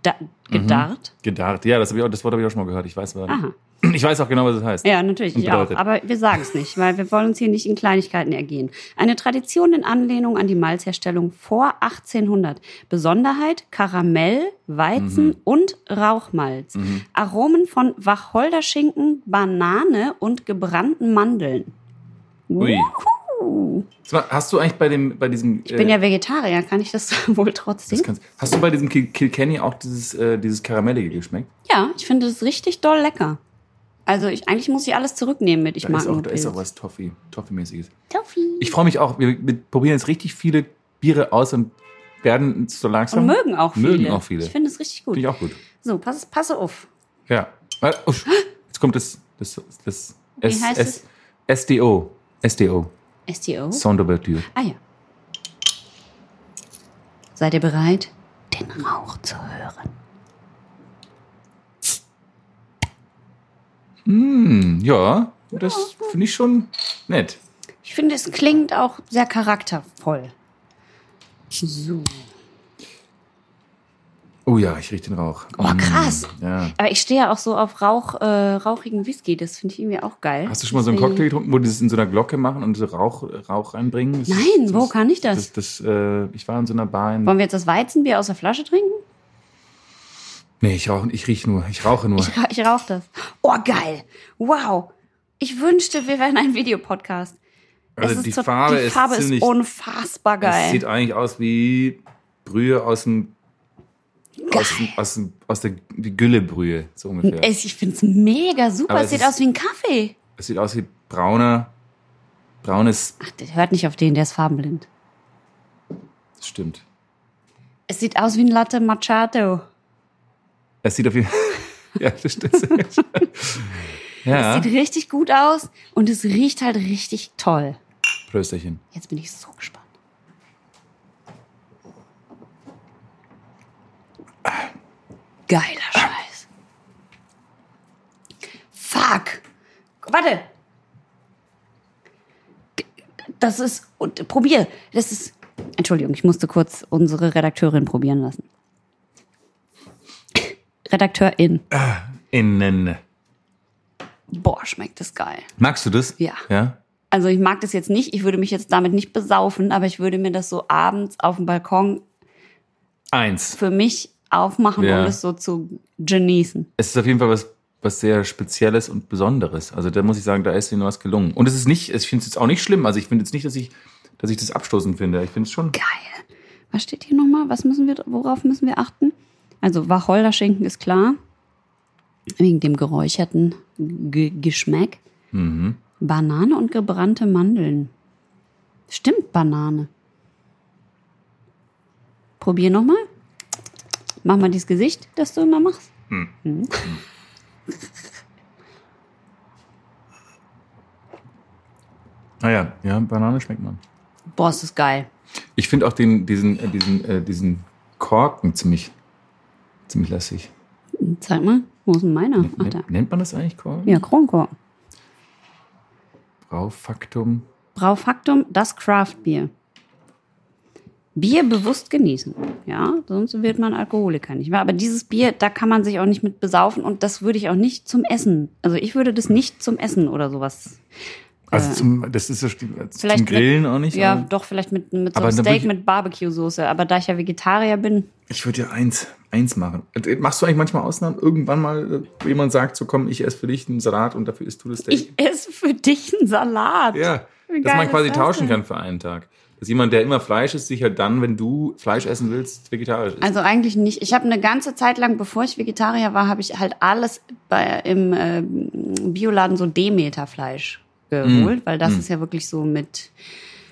Speaker 2: Da,
Speaker 1: Mhm.
Speaker 2: gedarrt?
Speaker 1: Gedacht. Ja, das, hab ich auch, das Wort habe ich auch schon mal gehört. Ich weiß, aber-
Speaker 2: Aha.
Speaker 1: ich weiß auch genau, was es heißt.
Speaker 2: Ja, natürlich, ich auch.
Speaker 1: Bedeutet.
Speaker 2: Aber wir sagen es nicht, weil wir wollen uns hier nicht in Kleinigkeiten ergehen. Eine Tradition in Anlehnung an die Malzherstellung vor 1800. Besonderheit Karamell, Weizen
Speaker 1: Mhm.
Speaker 2: und Rauchmalz. Aromen von Wacholderschinken, Banane und gebrannten Mandeln.
Speaker 1: Ui.
Speaker 2: Wuhu.
Speaker 1: Sag mal, Hast du eigentlich bei, dem, bei diesem. äh,
Speaker 2: Ich bin ja Vegetarier, kann ich das wohl trotzdem?
Speaker 1: Das kannst, hast du bei diesem Kil Kilkenny auch dieses, äh, dieses Karamellige geschmeckt?
Speaker 2: ja, ich finde das richtig doll lecker. Also ich, eigentlich muss ich alles zurücknehmen mit. Ich
Speaker 1: Da,
Speaker 2: mag
Speaker 1: ist, auch,
Speaker 2: nur
Speaker 1: da ist auch
Speaker 2: Pilz.
Speaker 1: was Toffee, Toffee-mäßiges.
Speaker 2: Toffee.
Speaker 1: Ich freue mich auch, wir, wir probieren jetzt richtig viele Biere aus und werden so langsam.
Speaker 2: Und mögen auch viele.
Speaker 1: Mögen auch viele.
Speaker 2: Ich finde es richtig gut.
Speaker 1: Finde ich auch gut.
Speaker 2: So, pass, passe auf.
Speaker 1: Ja. Weil- oh, sch- Jetzt kommt das, das, das
Speaker 2: Wie heißt
Speaker 1: SDO. SDO.
Speaker 2: STO?
Speaker 1: Sondervertür.
Speaker 2: Ah ja. Seid ihr bereit, den Rauch zu hören?
Speaker 1: Hm, ja, das finde ich schon nett.
Speaker 2: Ich finde, es klingt auch sehr charaktervoll. So.
Speaker 1: Oh ja, ich rieche den Rauch.
Speaker 2: Oh,
Speaker 1: Mm,
Speaker 2: krass.
Speaker 1: Ja.
Speaker 2: Aber ich stehe ja auch so auf Rauch, äh, rauchigen Whisky. Das finde ich irgendwie auch geil.
Speaker 1: Hast du schon mal so einen
Speaker 2: Deswegen-
Speaker 1: Cocktail getrunken, wo die das in so einer Glocke machen und so Rauch, Rauch reinbringen? Das ist-
Speaker 2: Nein,
Speaker 1: das
Speaker 2: wo
Speaker 1: ist-
Speaker 2: kann ich das?
Speaker 1: Das, das, äh, ich war in so einer Bar in.
Speaker 2: Wollen wir jetzt das Weizenbier aus der Flasche trinken?
Speaker 1: Nee, ich rauche, ich riech nur, ich rauche nur.
Speaker 2: Ich, ra- ich rauche das. Oh, geil. Wow. Ich wünschte, wir wären ein Videopodcast.
Speaker 1: Also
Speaker 2: Es
Speaker 1: die
Speaker 2: so-
Speaker 1: Farbe
Speaker 2: die
Speaker 1: ist
Speaker 2: Farbe ist,
Speaker 1: ziemlich-
Speaker 2: unfassbar
Speaker 1: Es
Speaker 2: geil.
Speaker 1: sieht eigentlich aus wie Brühe aus dem aus, dem, aus, dem, aus der die Güllebrühe so ungefähr. Es,
Speaker 2: Es, ich finde es mega super.
Speaker 1: Aber
Speaker 2: es
Speaker 1: es
Speaker 2: sieht
Speaker 1: ist-
Speaker 2: aus wie ein Kaffee.
Speaker 1: sieht aus wie brauner braunes.
Speaker 2: Ach, das hört nicht auf den, der ist farbenblind.
Speaker 1: Das stimmt.
Speaker 2: Es sieht aus wie ein Latte Macchiato.
Speaker 1: Es sieht auf jeden Ja, das stimmt. ja,
Speaker 2: Sieht richtig gut aus und es riecht halt richtig toll.
Speaker 1: Prösterchen.
Speaker 2: Jetzt bin ich so gespannt. Geiler Scheiß. Fuck. Warte. Das ist. Und probier. Das ist. Entschuldigung, ich musste kurz unsere Redakteurin probieren lassen. Redakteurin.
Speaker 1: Innen.
Speaker 2: Boah, schmeckt das geil.
Speaker 1: Magst du das?
Speaker 2: Ja.
Speaker 1: Ja?
Speaker 2: Also ich mag das jetzt nicht, ich würde mich jetzt damit nicht besaufen, aber ich würde mir das so abends auf dem Balkon
Speaker 1: Eins.
Speaker 2: für mich aufmachen,
Speaker 1: Ja.
Speaker 2: um das so zu genießen.
Speaker 1: Es ist auf jeden Fall was, was sehr Spezielles und Besonderes. Also da muss ich sagen, da ist ihnen was gelungen. Und es ist nicht, ich finde es jetzt auch nicht schlimm. Also ich finde jetzt nicht, dass ich, dass ich das abstoßend finde. Ich finde es schon.
Speaker 2: Geil. Was steht hier nochmal? Was müssen wir, worauf müssen wir achten? Also Wacholderschinken ist klar. Wegen dem geräucherten G Geschmack.
Speaker 1: Mhm.
Speaker 2: Banane und gebrannte Mandeln. Stimmt, Banane. Probier nochmal. Mach mal dieses Gesicht, das du immer machst. Hm.
Speaker 1: Ah ja, ja, Banane schmeckt man.
Speaker 2: Boah, ist das geil.
Speaker 1: Ich finde auch den, diesen, äh, diesen, äh, diesen Korken ziemlich, ziemlich lässig.
Speaker 2: Zeig mal, wo ist denn meiner? Ach, da.
Speaker 1: Nen- Nennt man das eigentlich Korken?
Speaker 2: Ja, Kronkorken.
Speaker 1: Braufaktum.
Speaker 2: Braufaktum, das Craft-Bier. Bier bewusst genießen. Ja, sonst wird man Alkoholiker nicht wahr? Aber dieses Bier, da kann man sich auch nicht mit besaufen und das würde ich auch nicht zum Essen. Also ich würde das nicht zum Essen oder sowas.
Speaker 1: Also
Speaker 2: Äh,
Speaker 1: zum, das ist so sti-
Speaker 2: vielleicht
Speaker 1: zum Grillen auch nicht.
Speaker 2: Ja,
Speaker 1: aber
Speaker 2: doch, vielleicht mit, mit so
Speaker 1: Aber
Speaker 2: einem
Speaker 1: dann würd
Speaker 2: Steak
Speaker 1: ich-
Speaker 2: mit Barbecue-Soße. Aber da ich ja Vegetarier bin,
Speaker 1: Ich würde ja eins, eins machen. Äh, Machst du eigentlich manchmal Ausnahmen? Irgendwann mal äh, jemand sagt, so komm, ich esse für dich einen Salat und dafür isst du das Steak.
Speaker 2: ich esse für dich einen Salat.
Speaker 1: Äh. Ja,
Speaker 2: Wie
Speaker 1: dass
Speaker 2: geil
Speaker 1: man
Speaker 2: ist
Speaker 1: quasi
Speaker 2: das
Speaker 1: tauschen
Speaker 2: denn?
Speaker 1: kann für einen Tag. Dass jemand, der immer Fleisch isst, sich halt dann, wenn du Fleisch essen willst, vegetarisch ist.
Speaker 2: Also eigentlich nicht. Ich habe eine ganze Zeit lang, bevor ich Vegetarier war, habe ich halt alles bei, im äh, Bioladen so Demeter-Fleisch geholt, weil das ist ja wirklich so mit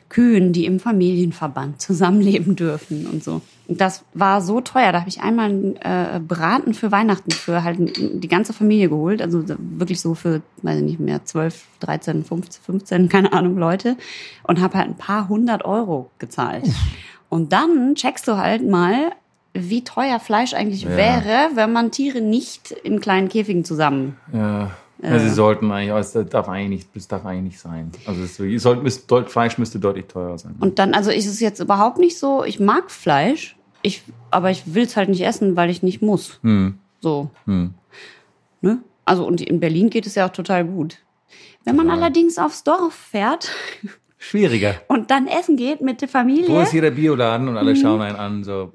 Speaker 2: Kühen, die im Familienverband zusammenleben dürfen und so. Und das war so teuer. Da habe ich einmal einen äh, Braten für Weihnachten für halt die ganze Familie geholt. Also wirklich so für, weiß ich nicht mehr, 12, 13, 15, 15, keine Ahnung, Leute. Und habe halt ein paar hundert Euro gezahlt. Und dann checkst du halt mal, wie teuer Fleisch eigentlich
Speaker 1: Ja.
Speaker 2: wäre, wenn man Tiere nicht in kleinen Käfigen zusammen
Speaker 1: ja. Also sie sollten eigentlich, aber es darf eigentlich nicht, es darf eigentlich nicht sein. Also es, es soll, müsste, deut- Fleisch müsste deutlich teurer sein.
Speaker 2: Und dann, also ist es jetzt überhaupt nicht so, ich mag Fleisch, ich, aber ich will es halt nicht essen, weil ich nicht muss.
Speaker 1: Hm,
Speaker 2: So,
Speaker 1: hm.
Speaker 2: ne? Also, und in Berlin geht es ja auch total gut. Wenn man allerdings aufs Dorf fährt
Speaker 1: Schwieriger.
Speaker 2: und dann essen geht mit der
Speaker 1: Wo
Speaker 2: Familie.
Speaker 1: ist hier der Bioladen und alle
Speaker 2: Mhm.
Speaker 1: schauen einen an, so.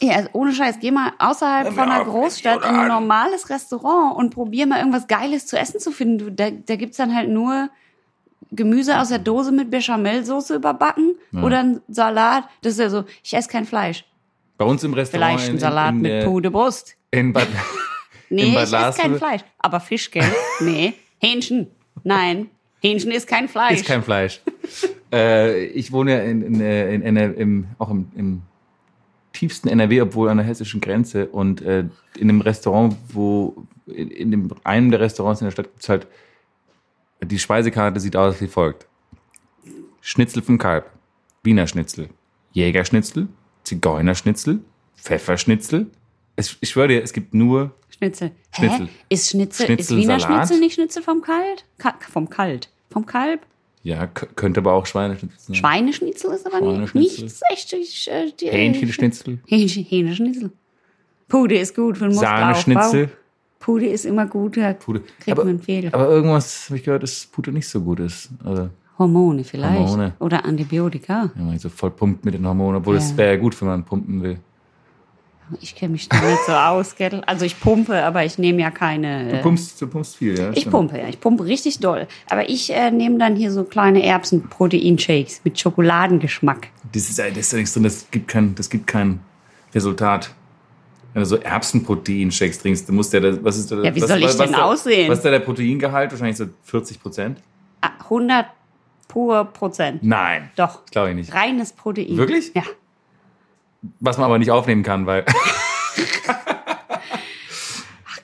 Speaker 2: Ja, also ohne Scheiß, geh mal außerhalb von einer Großstadt in ein normales Restaurant und probier mal irgendwas Geiles zu essen zu finden. Du, Da, da gibt's dann halt nur Gemüse aus der Dose mit Bechamelsoße überbacken
Speaker 1: Ja.
Speaker 2: oder einen Salat. Das ist ja so, ich esse kein Fleisch.
Speaker 1: Bei uns im Restaurant.
Speaker 2: Vielleicht
Speaker 1: in-
Speaker 2: ein Salat
Speaker 1: in, in,
Speaker 2: mit
Speaker 1: der-
Speaker 2: Pude Brust.
Speaker 1: In Bad,
Speaker 2: Nee, ich
Speaker 1: Bad
Speaker 2: esse kein
Speaker 1: Larsen-
Speaker 2: Fleisch. Aber Fisch, gell? Nee. Hähnchen. Nein. Hähnchen ist kein Fleisch.
Speaker 1: ist kein Fleisch. äh, ich wohne ja in, in, äh, in, NR im, auch im, im tiefsten NRW, obwohl an der hessischen Grenze. Und äh, in einem Restaurant, wo in, in dem, einem der Restaurants in der Stadt gibt es halt die Speisekarte sieht aus wie folgt: Schnitzel vom Kalb, Wiener Schnitzel, Jägerschnitzel, Zigeunerschnitzel, Pfefferschnitzel. Es, ich schwöre dir, es gibt nur
Speaker 2: Schnitzel.
Speaker 1: Schnitzel.
Speaker 2: Hä? Ist Schnitzel,
Speaker 1: Schnitzel,
Speaker 2: ist Wiener
Speaker 1: Salat.
Speaker 2: Schnitzel nicht Schnitzel vom Kalt? Ka vom Kalt. Vom Kalb?
Speaker 1: ja k- könnte aber auch Schweineschnitzel sein.
Speaker 2: Schweineschnitzel ist aber nicht,
Speaker 1: Schweineschnitzel.
Speaker 2: nichts. Echt, ich, äh, die-
Speaker 1: Hähnchenschnitzel,
Speaker 2: Hähnchen, Hähnchenschnitzel. Pude ist gut für den Muskelaufbau.
Speaker 1: Sahneschnitzel.
Speaker 2: Pude ist immer gut, da
Speaker 1: Pute.
Speaker 2: kriegt
Speaker 1: Aber-
Speaker 2: man einen Fehler.
Speaker 1: Aber irgendwas habe ich gehört, dass Pute nicht so gut ist. Also,
Speaker 2: Hormone vielleicht.
Speaker 1: Hormone.
Speaker 2: Oder Antibiotika.
Speaker 1: wenn man so voll pumpt mit den Hormonen, obwohl das
Speaker 2: Ja.
Speaker 1: wäre ja gut, wenn man pumpen will.
Speaker 2: Ich kenne mich da nicht so aus, gell? Also ich pumpe, aber ich nehme ja keine. äh,
Speaker 1: Du pumpst, du pumpst viel, ja?
Speaker 2: Ich pumpe, ja. Ich pumpe richtig doll. Aber ich äh, nehme dann hier so kleine Erbsen-Protein-Shakes mit Schokoladengeschmack.
Speaker 1: Das ist, das ist ja nichts drin, das gibt kein, das gibt kein Resultat. Wenn du so Erbsenprotein-Shakes trinkst, dann muss der, das- was ist da,
Speaker 2: Ja, wie
Speaker 1: was,
Speaker 2: soll ich
Speaker 1: was, was
Speaker 2: denn
Speaker 1: da,
Speaker 2: aussehen?
Speaker 1: Was ist da der Proteingehalt? Wahrscheinlich so 40 Prozent?
Speaker 2: Ah, 100 pur Prozent.
Speaker 1: Nein,
Speaker 2: Doch.
Speaker 1: das glaube ich nicht.
Speaker 2: Reines Protein.
Speaker 1: Wirklich?
Speaker 2: Ja.
Speaker 1: Was man aber nicht aufnehmen kann, weil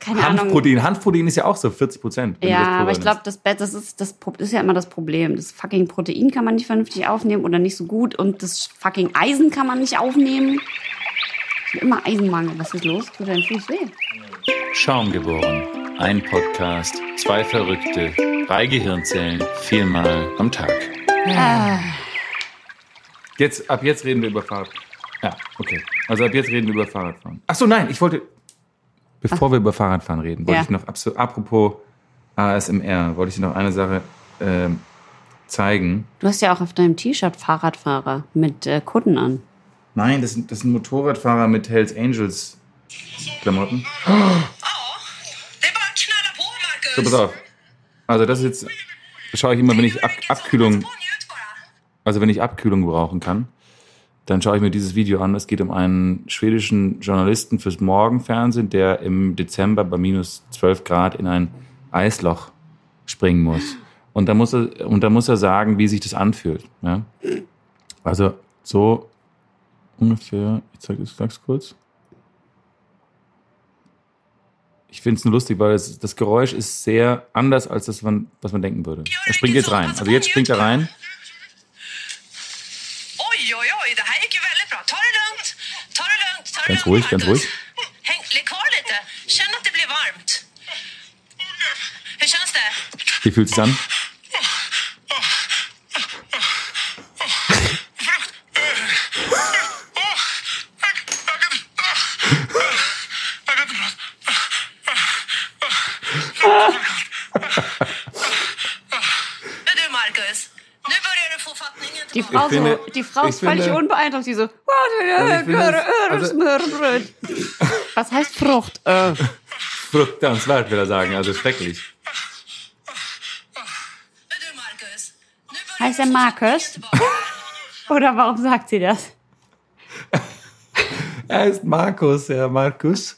Speaker 2: keine Ahnung.
Speaker 1: Hanfprotein. Hanfprotein ist ja auch so 40 Prozent.
Speaker 2: Ja, aber ich glaube, das Bett, das ist, das Pro- das ist ja immer das Problem. Das fucking Protein kann man nicht vernünftig aufnehmen oder nicht so gut und das fucking Eisen kann man nicht aufnehmen. Ich hab immer Eisenmangel. Was ist los? Tut dein Fuß weh?
Speaker 5: Schaumgeboren. Ein Podcast, zwei Verrückte, drei Gehirnzellen, viermal am Tag.
Speaker 1: Ah. Jetzt, ab jetzt reden wir über Fahrrad. Ja, okay. Also ab jetzt reden wir über Fahrradfahren. Ach so, nein, ich wollte, bevor wir über Fahrradfahren reden, wollte
Speaker 2: Ja.
Speaker 1: ich noch, abso- apropos ASMR, wollte ich dir noch eine Sache ähm, zeigen.
Speaker 2: Du hast ja auch auf deinem T-Shirt Fahrradfahrer mit äh, Kutten an.
Speaker 1: Nein, das sind, das sind Motorradfahrer mit Hells Angels Klamotten.
Speaker 4: Det var en knallapå, Marcus.
Speaker 1: So, pass auf. Also das ist jetzt, das schaue ich immer, wenn ich Ab Abkühlung,
Speaker 4: Språng ut bara.
Speaker 1: also wenn ich Abkühlung brauchen kann, dann schaue ich mir dieses Video an. Es geht um einen schwedischen Journalisten fürs Morgenfernsehen, der im Dezember bei minus 12 Grad in ein Eisloch springen muss. Und da muss er, und da muss er sagen, wie sich das anfühlt. Ja? Also so ungefähr, ich zeig das ganz kurz. Ich finde es nur lustig, weil es, das Geräusch ist sehr anders, als das, man, was man denken würde. Er springt jetzt rein. Also jetzt springt er rein.
Speaker 4: Oj, oj, oj, det här gick ju väldigt bra. Ta det lugnt. Ta det lugnt. Ta det
Speaker 1: Ganz
Speaker 4: lugnt,
Speaker 1: ruhig, ganz
Speaker 4: Marcus.
Speaker 1: ruhig.
Speaker 4: Mm, Häng, ligg kvar lite. Känn att det blir varmt. Hur känns det?
Speaker 1: Wie fühlt es an?
Speaker 4: Men du, Marcus. Nu börjar du få fattningen
Speaker 2: Die
Speaker 4: tillbaka.
Speaker 2: Frau,
Speaker 1: finde-
Speaker 2: so, die Frau
Speaker 1: ich
Speaker 2: ist völlig
Speaker 1: finde- Also
Speaker 2: unbeeindruckt. Die so,
Speaker 1: ich finde es-
Speaker 2: was heißt Frucht? Äh.
Speaker 1: Fruktanswert, will er sagen. Also schrecklich.
Speaker 4: Men du, Marcus. Nu börjar
Speaker 2: Heißt er
Speaker 4: du få
Speaker 2: Marcus?
Speaker 4: fattningen tillbaka.
Speaker 2: Oder warum sagt sie das?
Speaker 1: Er ist Markus, ja, Markus.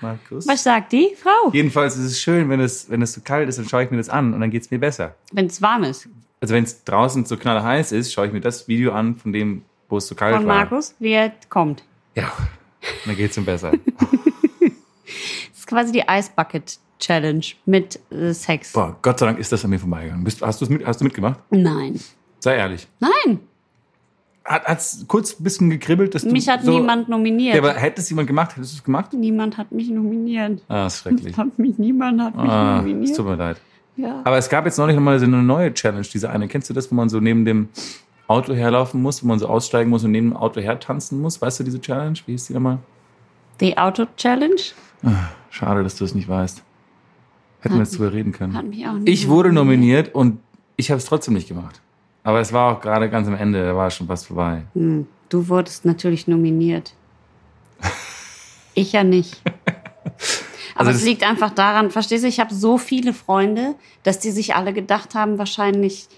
Speaker 1: Markus.
Speaker 2: Ah. Was sagt die Frau?
Speaker 1: Jedenfalls ist es schön, wenn es, wenn es so kalt ist, dann schaue ich mir das an und dann geht es mir besser.
Speaker 2: Wenn es warm ist.
Speaker 1: Also wenn es draußen so knallheiß ist, schaue ich mir das Video an, von dem, wo es so kalt
Speaker 2: Von
Speaker 1: war.
Speaker 2: Markus, wie er kommt.
Speaker 1: Ja, Und dann geht es ihm besser.
Speaker 2: Das ist quasi die Ice Bucket Challenge mit äh, Sex.
Speaker 1: Boah, Gott sei Dank ist das an mir vorbeigegangen. Bist, hast, du's mit, hast du mitgemacht?
Speaker 2: Nein.
Speaker 1: Sei ehrlich.
Speaker 2: Nein,
Speaker 1: Hat es kurz ein bisschen gekribbelt, dass du
Speaker 2: mich hat
Speaker 1: so,
Speaker 2: niemand nominiert.
Speaker 1: Ja, aber hätte es jemand gemacht, hättest du es gemacht?
Speaker 2: niemand hat mich nominiert.
Speaker 1: Ah, ist schrecklich.
Speaker 2: Hat mich, niemand hat mich
Speaker 1: Ah, es
Speaker 2: nominiert.
Speaker 1: tut mir leid.
Speaker 2: ja.
Speaker 1: Aber es gab jetzt neulich nochmal so eine neue Challenge, diese eine. Kennst du das, wo man so neben dem Auto herlaufen muss, wo man so aussteigen muss und neben dem Auto hertanzen muss? Weißt du diese Challenge? Wie hieß die nochmal?
Speaker 2: Die Auto Challenge
Speaker 1: Schade, dass du es nicht weißt. Hätten wir jetzt drüber reden können.
Speaker 2: hat mich auch nicht.
Speaker 1: Ich wurde nominiert und ich habe es trotzdem nicht gemacht. Aber es war auch gerade ganz am Ende, da war es schon fast vorbei.
Speaker 2: Hm, Du wurdest natürlich nominiert. Ich ja nicht. Aber
Speaker 1: Also
Speaker 2: es
Speaker 1: das-
Speaker 2: liegt einfach daran, verstehst du, ich habe so viele Freunde, dass die sich alle gedacht haben, wahrscheinlich,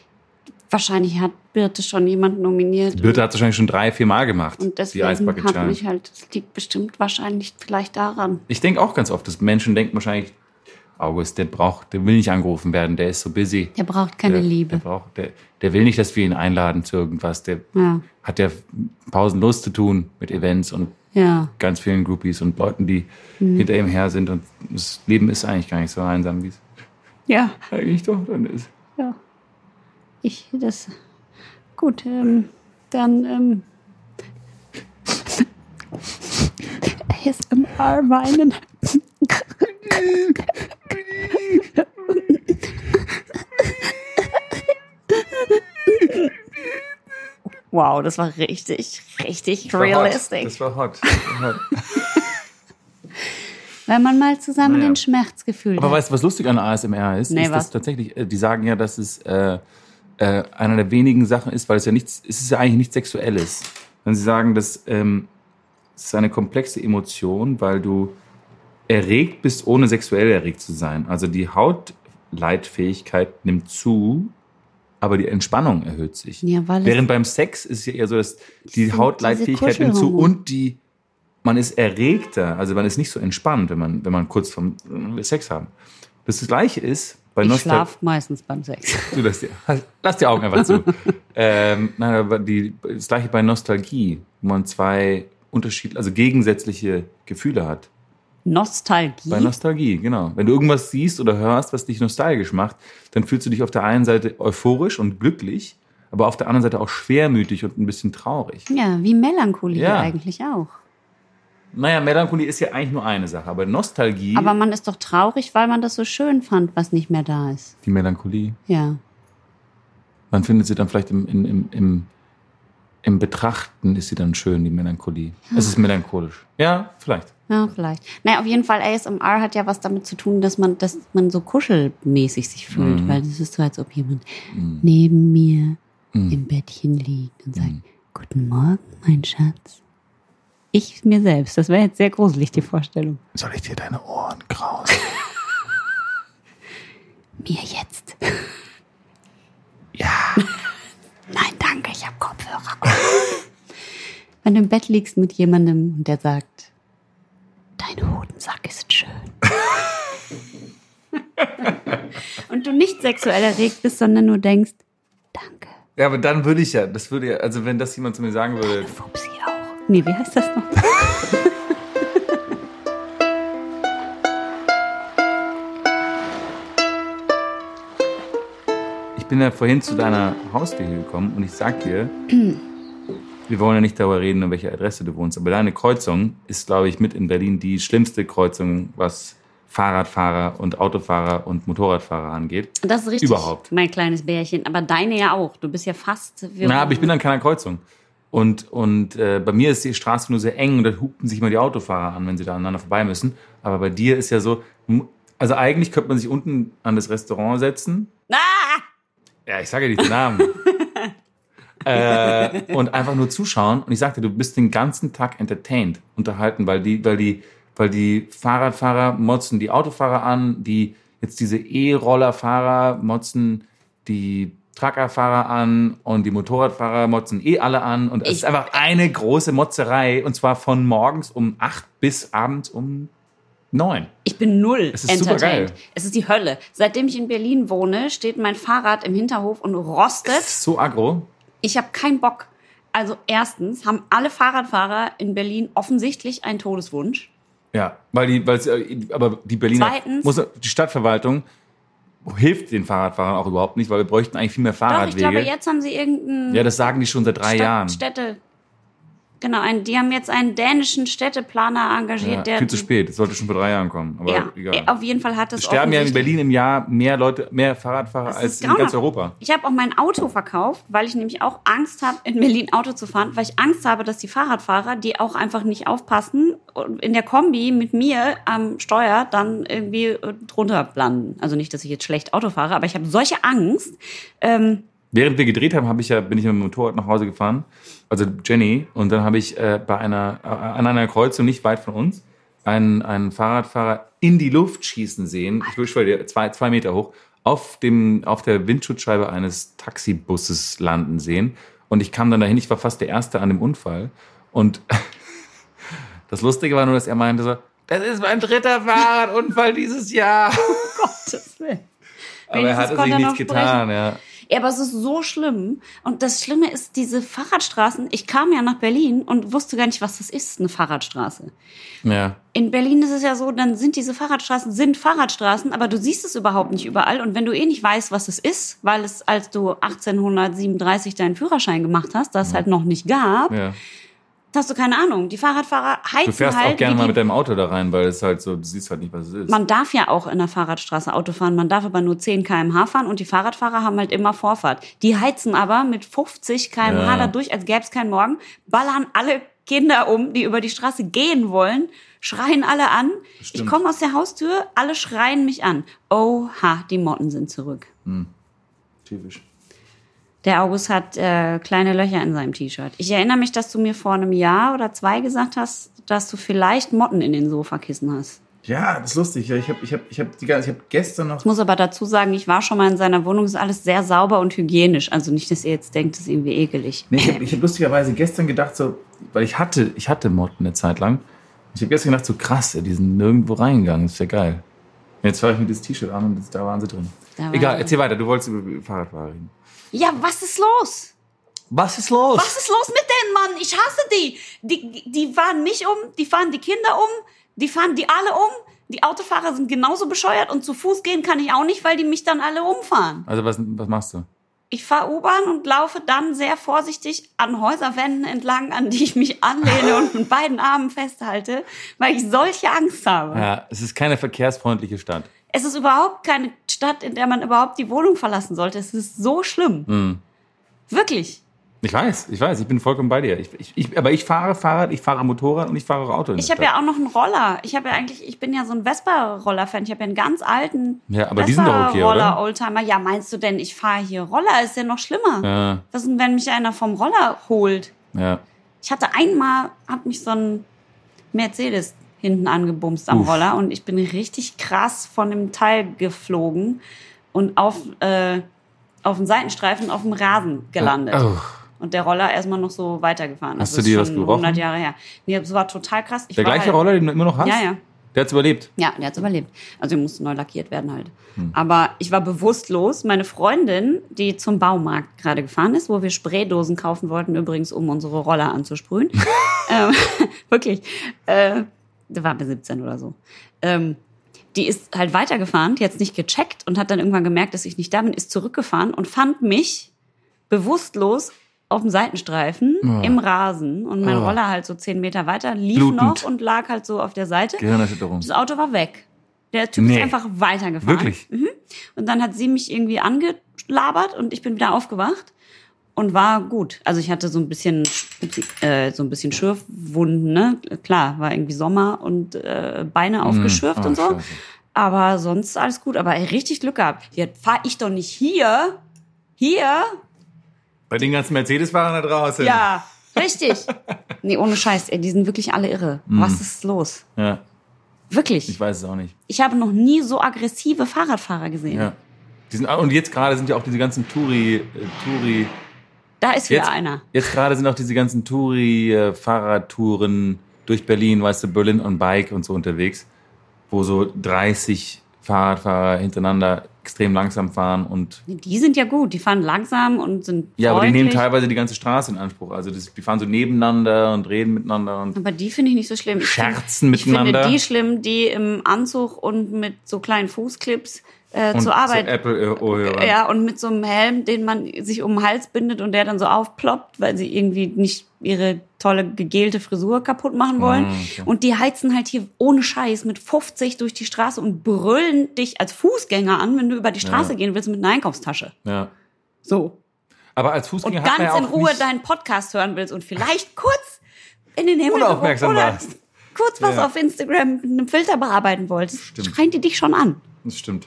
Speaker 2: wahrscheinlich hat Birte schon jemand nominiert.
Speaker 1: Birte hat es wahrscheinlich schon drei, vier Mal gemacht.
Speaker 2: und
Speaker 1: die
Speaker 2: deswegen
Speaker 1: Eisbucket
Speaker 2: hat
Speaker 1: Challenge.
Speaker 2: mich halt, es liegt bestimmt wahrscheinlich vielleicht daran.
Speaker 1: Ich denke auch ganz oft, dass Menschen denken wahrscheinlich, August, der braucht, der will nicht angerufen werden, der ist so busy.
Speaker 2: Der braucht keine
Speaker 1: der, Der,
Speaker 2: Liebe.
Speaker 1: braucht, der, der will nicht, dass wir ihn einladen zu irgendwas. Der
Speaker 2: Ja.
Speaker 1: hat ja pausenlos zu tun mit Events und
Speaker 2: Ja.
Speaker 1: ganz vielen Groupies und Leuten, die
Speaker 2: Mhm.
Speaker 1: hinter ihm her sind. Und das Leben ist eigentlich gar nicht so einsam, wie es
Speaker 2: Ja,
Speaker 1: eigentlich doch dann ist.
Speaker 2: ja. Ich, das. Gut, ähm, dann, ähm. ASMR weinen. Wow, das war richtig, richtig realistic.
Speaker 1: Das war hot. Das war hot.
Speaker 2: Wenn man mal zusammen
Speaker 1: Naja.
Speaker 2: den Schmerz gefühlt
Speaker 1: Aber
Speaker 2: hat.
Speaker 1: weißt du, was lustig an ASMR ist?
Speaker 2: Nee,
Speaker 1: ist
Speaker 2: was?
Speaker 1: das tatsächlich, äh, die sagen ja, dass es äh, äh, einer der wenigen Sachen ist, weil es ja nichts, es ist ja eigentlich nichts Sexuelles. Wenn sie sagen, dass ähm, es ist eine komplexe Emotion, weil du erregt bist, ohne sexuell erregt zu sein. Also die Hautleitfähigkeit nimmt zu, aber die Entspannung erhöht sich.
Speaker 2: Ja, weil es-
Speaker 1: Während beim Sex ist es ja eher so, dass die
Speaker 2: Diese
Speaker 1: Hautleitfähigkeit nimmt zu
Speaker 2: Kuschelhormone.
Speaker 1: und die man ist erregter, also man ist nicht so entspannt, wenn man, wenn man kurz vom äh, Sex haben. Das, das gleiche ist bei
Speaker 2: ich
Speaker 1: Nostal-
Speaker 2: schlaf meistens beim Sex.
Speaker 1: Du lass die, lass die Augen einfach zu. ähm, nein, aber die, das gleiche bei Nostalgie, wo man zwei unterschiedliche, also gegensätzliche Gefühle hat.
Speaker 2: Nostalgie.
Speaker 1: Bei Nostalgie, genau. Wenn du irgendwas siehst oder hörst, was dich nostalgisch macht, dann fühlst du dich auf der einen Seite euphorisch und glücklich, aber auf der anderen Seite auch schwermütig und ein bisschen traurig.
Speaker 2: ja, wie Melancholie
Speaker 1: Ja.
Speaker 2: eigentlich auch.
Speaker 1: Naja, Melancholie ist ja eigentlich nur eine Sache, aber Nostalgie,
Speaker 2: Aber man ist doch traurig, weil man das so schön fand, was nicht mehr da ist.
Speaker 1: die Melancholie,
Speaker 2: Ja.
Speaker 1: man findet sie dann vielleicht im, im, im, im, im Betrachten, ist sie dann schön, die Melancholie. Es ist melancholisch. Ja, vielleicht.
Speaker 2: Ja, vielleicht. Naja, auf jeden Fall, ASMR hat ja was damit zu tun, dass man, dass man so kuschelmäßig sich fühlt,
Speaker 3: Mhm.
Speaker 2: weil es ist so, als ob jemand neben mir
Speaker 3: Mhm.
Speaker 2: im Bettchen liegt und sagt, Guten Morgen, mein Schatz. Ich mir selbst. Das wäre jetzt sehr gruselig, die Vorstellung.
Speaker 3: Soll ich dir deine Ohren krausen?
Speaker 2: Mir jetzt. Ja. Nein, danke, ich habe Kopfhörer. Wenn du im Bett liegst mit jemandem und der sagt, dein Hodensack ist schön. und du nicht sexuell erregt bist, sondern nur denkst, danke.
Speaker 1: Ja, aber dann würde ich ja, das würde ja, also wenn das jemand zu mir sagen würde.
Speaker 2: Fupsi auch. Nee, wie heißt das noch?
Speaker 1: Ich bin ja vorhin zu deiner Haustür hier gekommen und ich sag dir, wir wollen ja nicht darüber reden, an welcher Adresse du wohnst, aber deine Kreuzung ist, glaube ich, mit in Berlin die schlimmste Kreuzung, was Fahrradfahrer und Autofahrer und Motorradfahrer angeht.
Speaker 2: Das ist richtig.
Speaker 1: Überhaupt.
Speaker 2: Mein kleines Bärchen. Aber deine ja auch. Du bist ja fast.
Speaker 1: Na, aber ich bin an keiner Kreuzung. Und, und äh, bei mir ist die Straße nur sehr eng und da hupen sich mal die Autofahrer an, wenn sie da aneinander vorbei müssen. Aber bei dir ist ja so, m- also eigentlich könnte man sich unten an das Restaurant setzen.
Speaker 2: Ah!
Speaker 1: Ja, ich sage ja nicht den Namen. äh, und einfach nur zuschauen. Und ich sagte, du bist den ganzen Tag entertained, unterhalten, weil die, weil die, weil die Fahrradfahrer motzen die Autofahrer an, die jetzt diese E-Rollerfahrer motzen die Truckerfahrer an und die Motorradfahrer motzen eh alle an. Und es
Speaker 2: Ich-
Speaker 1: ist einfach eine große Motzerei. Und zwar von morgens um acht bis abends um neun.
Speaker 2: Ich bin null
Speaker 1: Es ist
Speaker 2: entertained.
Speaker 1: supergeil.
Speaker 2: Es ist die Hölle. Seitdem ich in Berlin wohne, steht mein Fahrrad im Hinterhof und
Speaker 1: Das
Speaker 2: rostet.
Speaker 1: ist so aggro.
Speaker 2: Ich habe keinen Bock. Also erstens haben alle Fahrradfahrer in Berlin offensichtlich einen Todeswunsch.
Speaker 1: Ja, weil die, weil sie, aber die Berliner,
Speaker 2: Zweitens-
Speaker 1: muss, die Stadtverwaltung hilft den Fahrradfahrern auch überhaupt nicht, weil wir bräuchten eigentlich viel mehr
Speaker 2: Doch, ich
Speaker 1: Fahrradwege.
Speaker 2: glaube, jetzt haben sie irgendeinen
Speaker 1: ja, das sagen die schon seit drei Jahren.
Speaker 2: Städte. Genau, einen, die haben jetzt einen dänischen Städteplaner engagiert,
Speaker 1: ja,
Speaker 2: der.
Speaker 1: viel zu spät, es sollte schon vor drei Jahren kommen. Aber
Speaker 2: Ja, äh,
Speaker 1: egal.
Speaker 2: auf jeden Fall hat das
Speaker 1: Es sterben ja in
Speaker 2: offensichtlich-
Speaker 1: Berlin im Jahr mehr Leute, mehr Fahrradfahrer
Speaker 2: Das
Speaker 1: als
Speaker 2: ist
Speaker 1: in ganz
Speaker 2: grauenhaft.
Speaker 1: Europa.
Speaker 2: Ich habe auch mein Auto verkauft, weil ich nämlich auch Angst habe, in Berlin Auto zu fahren, weil ich Angst habe, dass die Fahrradfahrer, die auch einfach nicht aufpassen, und in der Kombi mit mir am Steuer dann irgendwie äh, drunter landen. Also nicht, dass ich jetzt schlecht Auto fahre, aber ich habe solche Angst. Ähm,
Speaker 1: Während wir gedreht haben, habe ich ja, bin ich mit dem Motorrad nach Hause gefahren, also Jenny, und dann habe ich äh, bei einer, äh, an einer Kreuzung nicht weit von uns einen, einen Fahrradfahrer in die Luft schießen sehen. Ich schwöre dir, zwei, zwei Meter hoch, auf dem, auf der Windschutzscheibe eines Taxibusses landen sehen. Und ich kam dann dahin, ich war fast der Erste an dem Unfall. Und das Lustige war nur, dass er meinte so, das ist mein dritter Fahrradunfall dieses Jahr. Aber er
Speaker 2: Wenigstens
Speaker 1: hat
Speaker 2: konnte
Speaker 1: sich
Speaker 2: er
Speaker 1: nichts
Speaker 2: noch
Speaker 1: getan, ja.
Speaker 2: ja, aber es ist so schlimm. Und das Schlimme ist, diese Fahrradstraßen, ich kam ja nach Berlin und wusste gar nicht, was das ist, eine Fahrradstraße.
Speaker 1: ja.
Speaker 2: In Berlin ist es ja so, dann sind diese Fahrradstraßen, sind Fahrradstraßen, aber du siehst es überhaupt nicht überall. Und wenn du eh nicht weißt, was es ist, weil es, als du 1837 deinen Führerschein gemacht hast, das halt noch nicht gab,
Speaker 1: ja.
Speaker 2: hast du keine Ahnung. Die Fahrradfahrer heizen
Speaker 1: Du fährst
Speaker 2: halt.
Speaker 1: auch gerne
Speaker 2: wie
Speaker 1: mal
Speaker 2: die-
Speaker 1: mit deinem Auto da rein, weil es halt so, du siehst halt nicht, was es ist.
Speaker 2: man darf ja auch in der Fahrradstraße Auto fahren, man darf aber nur 10 km/h fahren und die Fahrradfahrer haben halt immer Vorfahrt. Die heizen aber mit 50 km/h
Speaker 1: Ja.
Speaker 2: da durch, als gäbe es keinen Morgen, ballern alle Kinder um, die über die Straße gehen wollen, schreien alle an. Ich
Speaker 1: stimmt.
Speaker 2: komme aus der Haustür, alle schreien mich an. Oha, die Motten sind zurück.
Speaker 1: Typisch.
Speaker 2: Der August hat äh, kleine Löcher in seinem T-Shirt. Ich erinnere mich, dass du mir vor einem Jahr oder zwei gesagt hast, dass du vielleicht Motten in den Sofakissen hast.
Speaker 3: Ja, das ist lustig. Ich habe ich hab, ich hab die ganze, ich hab gestern noch
Speaker 2: Ich muss aber dazu sagen, ich war schon mal in seiner Wohnung, ist alles sehr sauber und hygienisch. Also nicht, dass ihr jetzt denkt, es ist irgendwie ekelig.
Speaker 3: Nee, ich habe ich hab lustigerweise gestern gedacht, so,
Speaker 1: Weil ich hatte, ich hatte Motten eine Zeit lang. Ich habe gestern gedacht, so krass, ey, die sind nirgendwo reingegangen. Ist ja geil. Jetzt fahre ich mir dieses T-Shirt an und das- da waren sie drin.
Speaker 2: Da war-
Speaker 1: Egal, erzähl weiter. Du wolltest über Fahrradfahrer reden.
Speaker 2: Ja, was ist los?
Speaker 1: Was ist los?
Speaker 2: Was ist los mit denen, Mann? Ich hasse die. Die, die fahren mich um, die fahren die Kinder um. Die fahren die alle um. Die Autofahrer sind genauso bescheuert und zu Fuß gehen kann ich auch nicht, weil die mich dann alle umfahren.
Speaker 1: Also was, was machst du?
Speaker 2: Ich fahre U-Bahn und laufe dann sehr vorsichtig an Häuserwänden entlang, an die ich mich anlehne und mit beiden Armen festhalte, weil ich solche Angst habe.
Speaker 1: Ja, es ist keine verkehrsfreundliche Stadt.
Speaker 2: Es ist überhaupt keine Stadt, in der man überhaupt die Wohnung verlassen sollte. Es ist so schlimm.
Speaker 1: Mhm.
Speaker 2: Wirklich.
Speaker 1: Ich weiß, ich weiß, ich bin vollkommen bei dir. Ich, ich, ich, aber ich fahre Fahrrad, ich fahre Motorrad und ich fahre auch Auto. In der
Speaker 2: Ich habe
Speaker 1: Stadt.
Speaker 2: ja auch noch einen Roller. Ich habe ja eigentlich, ich bin ja so ein Vespa-Roller-Fan. Ich habe ja einen ganz alten
Speaker 1: Ja, aber die sind doch okay,
Speaker 2: Vespa-Roller,
Speaker 1: oder?
Speaker 2: Oldtimer. Ja, meinst du denn, ich fahre hier Roller? Ist ja noch schlimmer.
Speaker 1: Ja,
Speaker 2: Was denn, wenn mich einer vom Roller holt?
Speaker 1: ja.
Speaker 2: Ich hatte einmal, hat mich so ein Mercedes hinten angebumst am
Speaker 1: Uff.
Speaker 2: Roller und ich bin richtig krass von dem Teil geflogen und auf, äh, auf dem Seitenstreifen auf dem Rasen gelandet.
Speaker 1: Oh,
Speaker 2: Und der Roller erstmal noch so weitergefahren.
Speaker 1: Hast
Speaker 2: das
Speaker 1: du dir
Speaker 2: ist
Speaker 1: das
Speaker 2: schon
Speaker 1: gerochen?
Speaker 2: 100 Jahre her. Nee, das war total krass. Ich
Speaker 1: der
Speaker 2: war
Speaker 1: gleiche
Speaker 2: halt,
Speaker 1: Roller, den du immer noch hast?
Speaker 2: Ja, ja.
Speaker 1: Der hat's überlebt.
Speaker 2: Ja, der hat's überlebt. Also er musste neu lackiert werden halt. Aber ich war bewusstlos. Meine Freundin, die zum Baumarkt gerade gefahren ist, wo wir Spraydosen kaufen wollten, übrigens, um unsere Roller anzusprühen. ähm, wirklich. Äh, da war bei 17 oder so. Ähm, die ist halt weitergefahren, die hat's nicht gecheckt und hat dann irgendwann gemerkt, dass ich nicht da bin, ist zurückgefahren und fand mich bewusstlos auf dem Seitenstreifen im Rasen und mein
Speaker 1: Oh.
Speaker 2: Roller halt so zehn Meter weiter lief
Speaker 1: Blutend.
Speaker 2: noch und lag halt so auf der Seite.
Speaker 1: Gehirnerschütterung.
Speaker 2: Das Auto war weg. Der Typ
Speaker 1: Nee.
Speaker 2: ist einfach weitergefahren.
Speaker 1: Wirklich?
Speaker 2: Mhm. Und dann hat sie mich irgendwie angelabert und ich bin wieder aufgewacht und war gut. Also ich hatte so ein bisschen äh, so ein bisschen Schürfwunden, ne? Klar, war irgendwie Sommer und äh, Beine aufgeschürft
Speaker 1: Ah,
Speaker 2: und so.
Speaker 1: scheiße.
Speaker 2: Aber sonst alles gut. Aber ey, richtig Glück gehabt. Jetzt fahr ich doch nicht hier. Hier?
Speaker 1: Bei den ganzen Mercedes-Fahrern da draußen.
Speaker 2: Ja, richtig. Nee, ohne Scheiß. Ey, die sind wirklich alle irre. Was ist los?
Speaker 1: ja.
Speaker 2: Wirklich.
Speaker 1: Mhm. Ich weiß es auch nicht.
Speaker 2: Ich habe noch nie so aggressive Fahrradfahrer gesehen.
Speaker 1: Ja. Die sind, und jetzt gerade sind ja auch diese ganzen Touri, äh, Touri,
Speaker 2: Da ist wieder
Speaker 1: Jetzt,
Speaker 2: einer.
Speaker 1: jetzt gerade sind auch diese ganzen Touri-Fahrradtouren durch Berlin, weißt du, Berlin on Bike und so unterwegs, wo so 30 Fahrradfahrer hintereinander extrem langsam fahren und
Speaker 2: Die sind ja gut, die fahren langsam und sind
Speaker 1: ja, aber die
Speaker 2: freundlich.
Speaker 1: nehmen teilweise die ganze Straße in Anspruch. Also das, die fahren so nebeneinander und reden miteinander und
Speaker 2: Aber die finde ich nicht so schlimm. Ich find-
Speaker 1: Scherzen
Speaker 2: Ich
Speaker 1: miteinander.
Speaker 2: finde die schlimm, die im Anzug und mit so kleinen Fußclips äh,
Speaker 1: und
Speaker 2: zur Arbeit.
Speaker 1: So Apple-Ohrhörer.
Speaker 2: ja, und mit so einem Helm, den man sich um den Hals bindet und der dann so aufploppt, weil sie irgendwie nicht ihre tolle gegelte Frisur kaputt machen wollen.
Speaker 1: Ah,
Speaker 2: Und die heizen halt hier ohne Scheiß mit 50 durch die Straße und brüllen dich als Fußgänger an, wenn du über die Straße
Speaker 1: Ja.
Speaker 2: gehen willst mit einer Einkaufstasche.
Speaker 1: Ja.
Speaker 2: So.
Speaker 1: Aber als
Speaker 2: und
Speaker 1: Fußgänger hat
Speaker 2: ganz
Speaker 1: man ja auch
Speaker 2: in Ruhe
Speaker 1: nicht,
Speaker 2: deinen Podcast hören willst und vielleicht kurz in den Himmel
Speaker 1: Unaufmerksam
Speaker 2: geguckt
Speaker 1: warst.
Speaker 2: kurz was
Speaker 1: Ja.
Speaker 2: auf Instagram mit einem Filter bearbeiten wolltest,
Speaker 1: Stimmt.
Speaker 2: schreien die dich schon an.
Speaker 1: Das stimmt.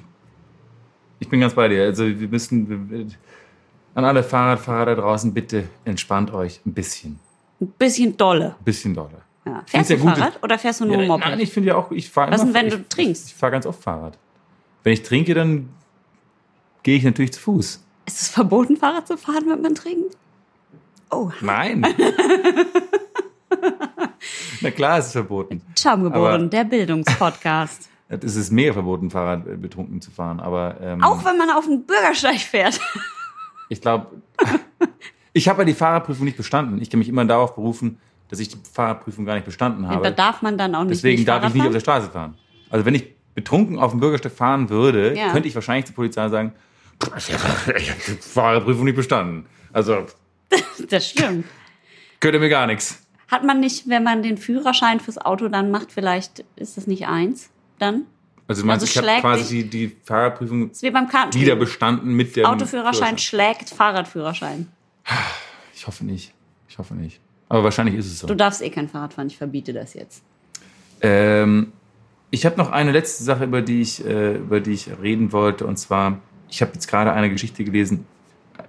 Speaker 1: Ich bin ganz bei dir. Also wir müssen wir- wir- an alle Fahrradfahrer da draußen, bitte entspannt euch ein bisschen.
Speaker 2: Ein bisschen dolle.
Speaker 1: Ein bisschen doller.
Speaker 2: Ja.
Speaker 1: Find's
Speaker 2: Fährst
Speaker 1: ja
Speaker 2: du
Speaker 1: gut.
Speaker 2: Fahrrad oder fährst du nur
Speaker 1: Ja,
Speaker 2: Moped?
Speaker 1: nein, ich finde ja auch, ich fahre
Speaker 2: Was
Speaker 1: immer-
Speaker 2: denn, wenn du
Speaker 1: ich,
Speaker 2: trinkst?
Speaker 1: Ich fahre ganz oft Fahrrad. Wenn ich trinke, dann gehe ich natürlich zu Fuß.
Speaker 2: Ist es verboten, Fahrrad zu fahren, wenn man trinkt? Oh,
Speaker 1: Nein. Na klar, es ist verboten.
Speaker 2: Charme
Speaker 1: Aber-
Speaker 2: geboren, der Bildungspodcast.
Speaker 1: Es ist mega verboten, Fahrrad äh, betrunken zu fahren. Aber ähm,
Speaker 2: Auch wenn man auf den Bürgersteig fährt.
Speaker 1: Ich glaube, ich habe ja die Fahrerprüfung nicht bestanden. Ich kann mich immer darauf berufen, dass ich die Fahrerprüfung gar nicht bestanden habe.
Speaker 2: da darf man dann auch nicht.
Speaker 1: Deswegen
Speaker 2: nicht
Speaker 1: darf ich
Speaker 2: Fahrrad
Speaker 1: nicht auf
Speaker 2: fahren.
Speaker 1: der Straße fahren. Also wenn ich betrunken auf dem Bürgersteig fahren würde,
Speaker 2: Ja.
Speaker 1: könnte ich wahrscheinlich zur Polizei sagen, ich habe die Fahrerprüfung nicht bestanden. Also
Speaker 2: Das stimmt.
Speaker 1: könnte mir gar nichts.
Speaker 2: Hat man nicht, wenn man den Führerschein fürs Auto dann macht, vielleicht ist das nicht eins dann?
Speaker 1: Also du meinst,
Speaker 2: Also
Speaker 1: ich habe
Speaker 2: schlägt
Speaker 1: quasi die, die Fahrerprüfung
Speaker 2: Das ist wie beim Kartenspiel.
Speaker 1: wieder bestanden mit dem
Speaker 2: Autoführerschein schlägt Fahrradführerschein.
Speaker 1: Ich hoffe nicht. Ich hoffe nicht. Aber wahrscheinlich ist es so.
Speaker 2: Du darfst eh kein Fahrrad fahren, ich verbiete das jetzt.
Speaker 1: Ähm, ich habe noch eine letzte Sache, über die ich, äh, über die ich reden wollte. Und zwar, ich habe jetzt gerade eine Geschichte gelesen,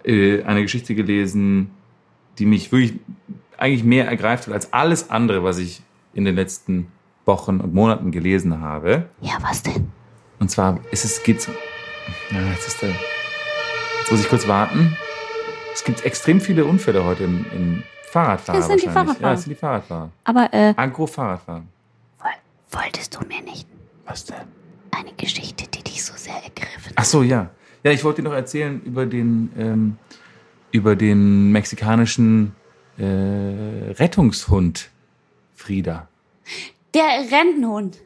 Speaker 1: äh, eine Geschichte gelesen, die mich wirklich eigentlich mehr ergreift hat als alles andere, was ich in den letzten Wochen und Monaten gelesen habe.
Speaker 2: Ja, was denn?
Speaker 1: Und zwar ist es geht's. Ja, jetzt ist der. Jetzt muss ich kurz warten. Es gibt extrem viele Unfälle heute im, im Fahrradfahren.
Speaker 2: Das sind die
Speaker 1: Ja,
Speaker 2: Fahrradfahrer.
Speaker 1: das sind die Fahrradfahrer.
Speaker 2: Aber äh,
Speaker 1: Agro-Fahrradfahrer.
Speaker 2: wolltest du mir nicht
Speaker 1: Was denn?
Speaker 2: eine Geschichte, die dich so sehr ergriffen?
Speaker 1: Ach so, ja. Ja, ich wollte dir noch erzählen über den, ähm, über den mexikanischen äh, Rettungshund Frida.
Speaker 2: Der Rentenhund.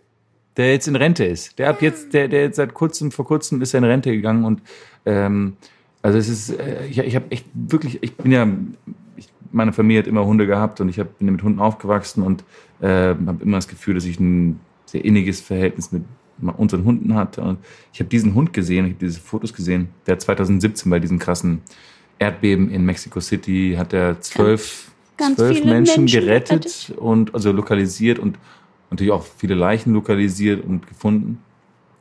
Speaker 1: der jetzt in Rente ist. Der ab jetzt, der, der jetzt seit kurzem, vor kurzem ist er in Rente gegangen und ähm, also es ist, äh, ich, ich habe echt wirklich, ich bin ja, ich, meine Familie hat immer Hunde gehabt und ich hab, bin ja mit Hunden aufgewachsen und äh, habe immer das Gefühl, dass ich ein sehr inniges Verhältnis mit ma- unseren Hunden hatte. Und ich habe diesen Hund gesehen, ich habe diese Fotos gesehen, der hat 2017 bei diesem krassen Erdbeben in Mexico City hat er zwölf,
Speaker 2: ganz
Speaker 1: zwölf
Speaker 2: viele
Speaker 1: Menschen,
Speaker 2: Menschen
Speaker 1: gerettet
Speaker 2: gerettet.
Speaker 1: und also lokalisiert und natürlich auch viele Leichen lokalisiert und gefunden.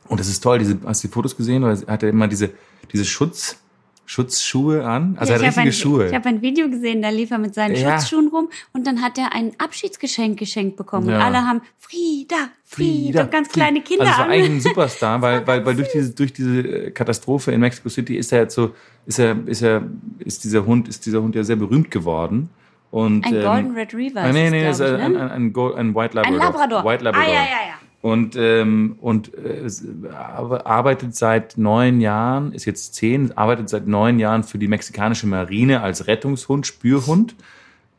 Speaker 1: Und das ist toll, diese, hast du die Fotos gesehen? Weil hat er immer diese, diese Schutz, Schutzschuhe an? Also er
Speaker 2: ich
Speaker 1: hat
Speaker 2: habe
Speaker 1: richtige
Speaker 2: ein,
Speaker 1: Schuhe.
Speaker 2: Ich habe ein Video gesehen, da lief er mit seinen
Speaker 1: Ja.
Speaker 2: Schutzschuhen rum und dann hat er ein Abschiedsgeschenk geschenkt bekommen. Und
Speaker 1: Ja.
Speaker 2: alle haben Frieda, Frieda, und ganz
Speaker 1: Frieda.
Speaker 2: kleine Kinder
Speaker 1: Also es war
Speaker 2: an.
Speaker 1: eigentlich ein Superstar, weil, weil, weil durch diese, durch diese Katastrophe in Mexico City ist er jetzt so, ist er, ist er, ist dieser Hund, ist dieser Hund ja sehr berühmt geworden. Und,
Speaker 2: Ein
Speaker 1: ähm,
Speaker 2: Golden Retriever
Speaker 1: Ah,
Speaker 2: ist
Speaker 1: nee,
Speaker 2: es,
Speaker 1: nee,
Speaker 2: glaub
Speaker 1: ist ein,
Speaker 2: ich,
Speaker 1: ein,
Speaker 2: ne?
Speaker 1: ein, ein, Gold, ein White Labrador.
Speaker 2: Labrador.
Speaker 1: White Labrador.
Speaker 2: Ah, ja, ja, ja.
Speaker 1: Und, ähm, und äh, es- ar- arbeitet seit neun Jahren, ist jetzt zehn, arbeitet seit neun Jahren für die mexikanische Marine als Rettungshund, Spürhund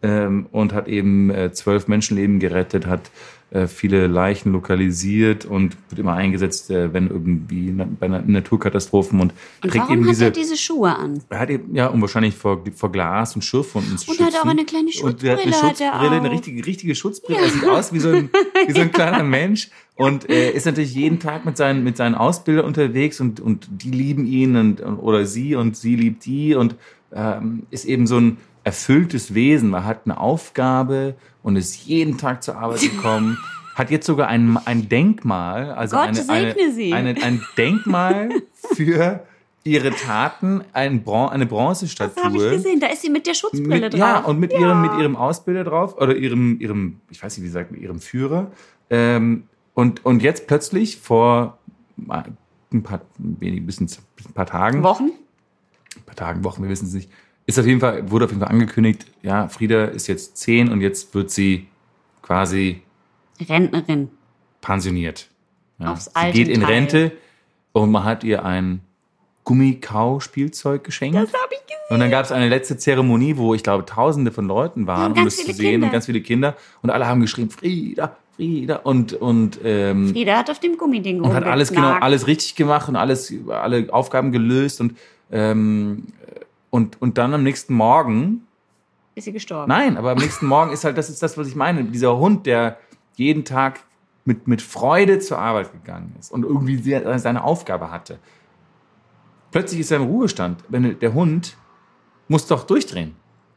Speaker 1: ähm, und hat eben äh, zwölf Menschenleben gerettet, hat äh, viele Leichen lokalisiert und wird immer eingesetzt, äh, wenn irgendwie na, bei na, Naturkatastrophen und,
Speaker 2: Und
Speaker 1: trägt
Speaker 2: warum
Speaker 1: eben
Speaker 2: hat
Speaker 1: diese.
Speaker 2: er diese Schuhe an?
Speaker 1: Er hat eben, ja, um wahrscheinlich vor, vor Glas und Schürfwunden zu
Speaker 2: Und
Speaker 1: schützen.
Speaker 2: hat auch eine kleine
Speaker 1: Und er hat eine
Speaker 2: Schutzbrille hat er
Speaker 1: Schutzbrille, eine
Speaker 2: auf.
Speaker 1: richtige, richtige Schutzbrille. Er sieht aus wie so ein, wie so ein kleiner Mensch und äh, ist natürlich jeden Tag mit seinen, mit seinen Ausbildern unterwegs und, und die lieben ihn und, und, oder sie und sie liebt die und ähm, ist eben so ein erfülltes Wesen. Man hat eine Aufgabe und ist jeden Tag zur Arbeit gekommen. Hat jetzt sogar ein, ein Denkmal, also
Speaker 2: Gott
Speaker 1: eine,
Speaker 2: segne
Speaker 1: eine,
Speaker 2: sie.
Speaker 1: eine ein Denkmal für ihre Taten, ein Bron eine Bronzestatue.
Speaker 2: Das habe ich gesehen, da ist sie mit der Schutzbrille
Speaker 1: mit,
Speaker 2: drauf.
Speaker 1: Ja, und mit, Ihrem, mit ihrem Ausbilder drauf oder ihrem, ihrem ich weiß nicht, wie sagt man, ihrem Führer. Ähm, und, und jetzt plötzlich vor ah, ein paar, wenig, bisschen, ein paar Tagen,
Speaker 2: Wochen?
Speaker 1: ein paar Tagen, Wochen, wir wissen es nicht, ist auf jeden Fall, wurde auf jeden Fall angekündigt, ja, Frieda ist jetzt zehn und jetzt wird sie quasi
Speaker 2: Rentnerin.
Speaker 1: pensioniert. Ja.
Speaker 2: Aufs
Speaker 1: sie
Speaker 2: alte
Speaker 1: geht in
Speaker 2: Teil.
Speaker 1: Rente und man hat ihr ein Gummikau-Spielzeug geschenkt.
Speaker 2: Das habe ich gesehen.
Speaker 1: und dann gab es eine letzte Zeremonie, wo ich glaube Tausende von Leuten waren,
Speaker 2: Und
Speaker 1: um das
Speaker 2: ganz
Speaker 1: zu
Speaker 2: viele
Speaker 1: sehen
Speaker 2: Kinder.
Speaker 1: und ganz viele Kinder und alle haben geschrien Frieda, Frieda und und ähm,
Speaker 2: Frieda hat auf dem Gummiding
Speaker 1: und hat alles genau
Speaker 2: rumgeknackt.
Speaker 1: alles richtig gemacht und alles alle Aufgaben gelöst und ähm, und und dann am nächsten Morgen
Speaker 2: Ist sie gestorben.
Speaker 1: Nein, aber am nächsten Morgen ist halt, das ist das, was ich meine. Dieser Hund, der jeden Tag mit, mit Freude zur Arbeit gegangen ist und irgendwie sehr- seine Aufgabe hatte. Plötzlich ist er im Ruhestand. Wenn der Hund muss doch durchdrehen.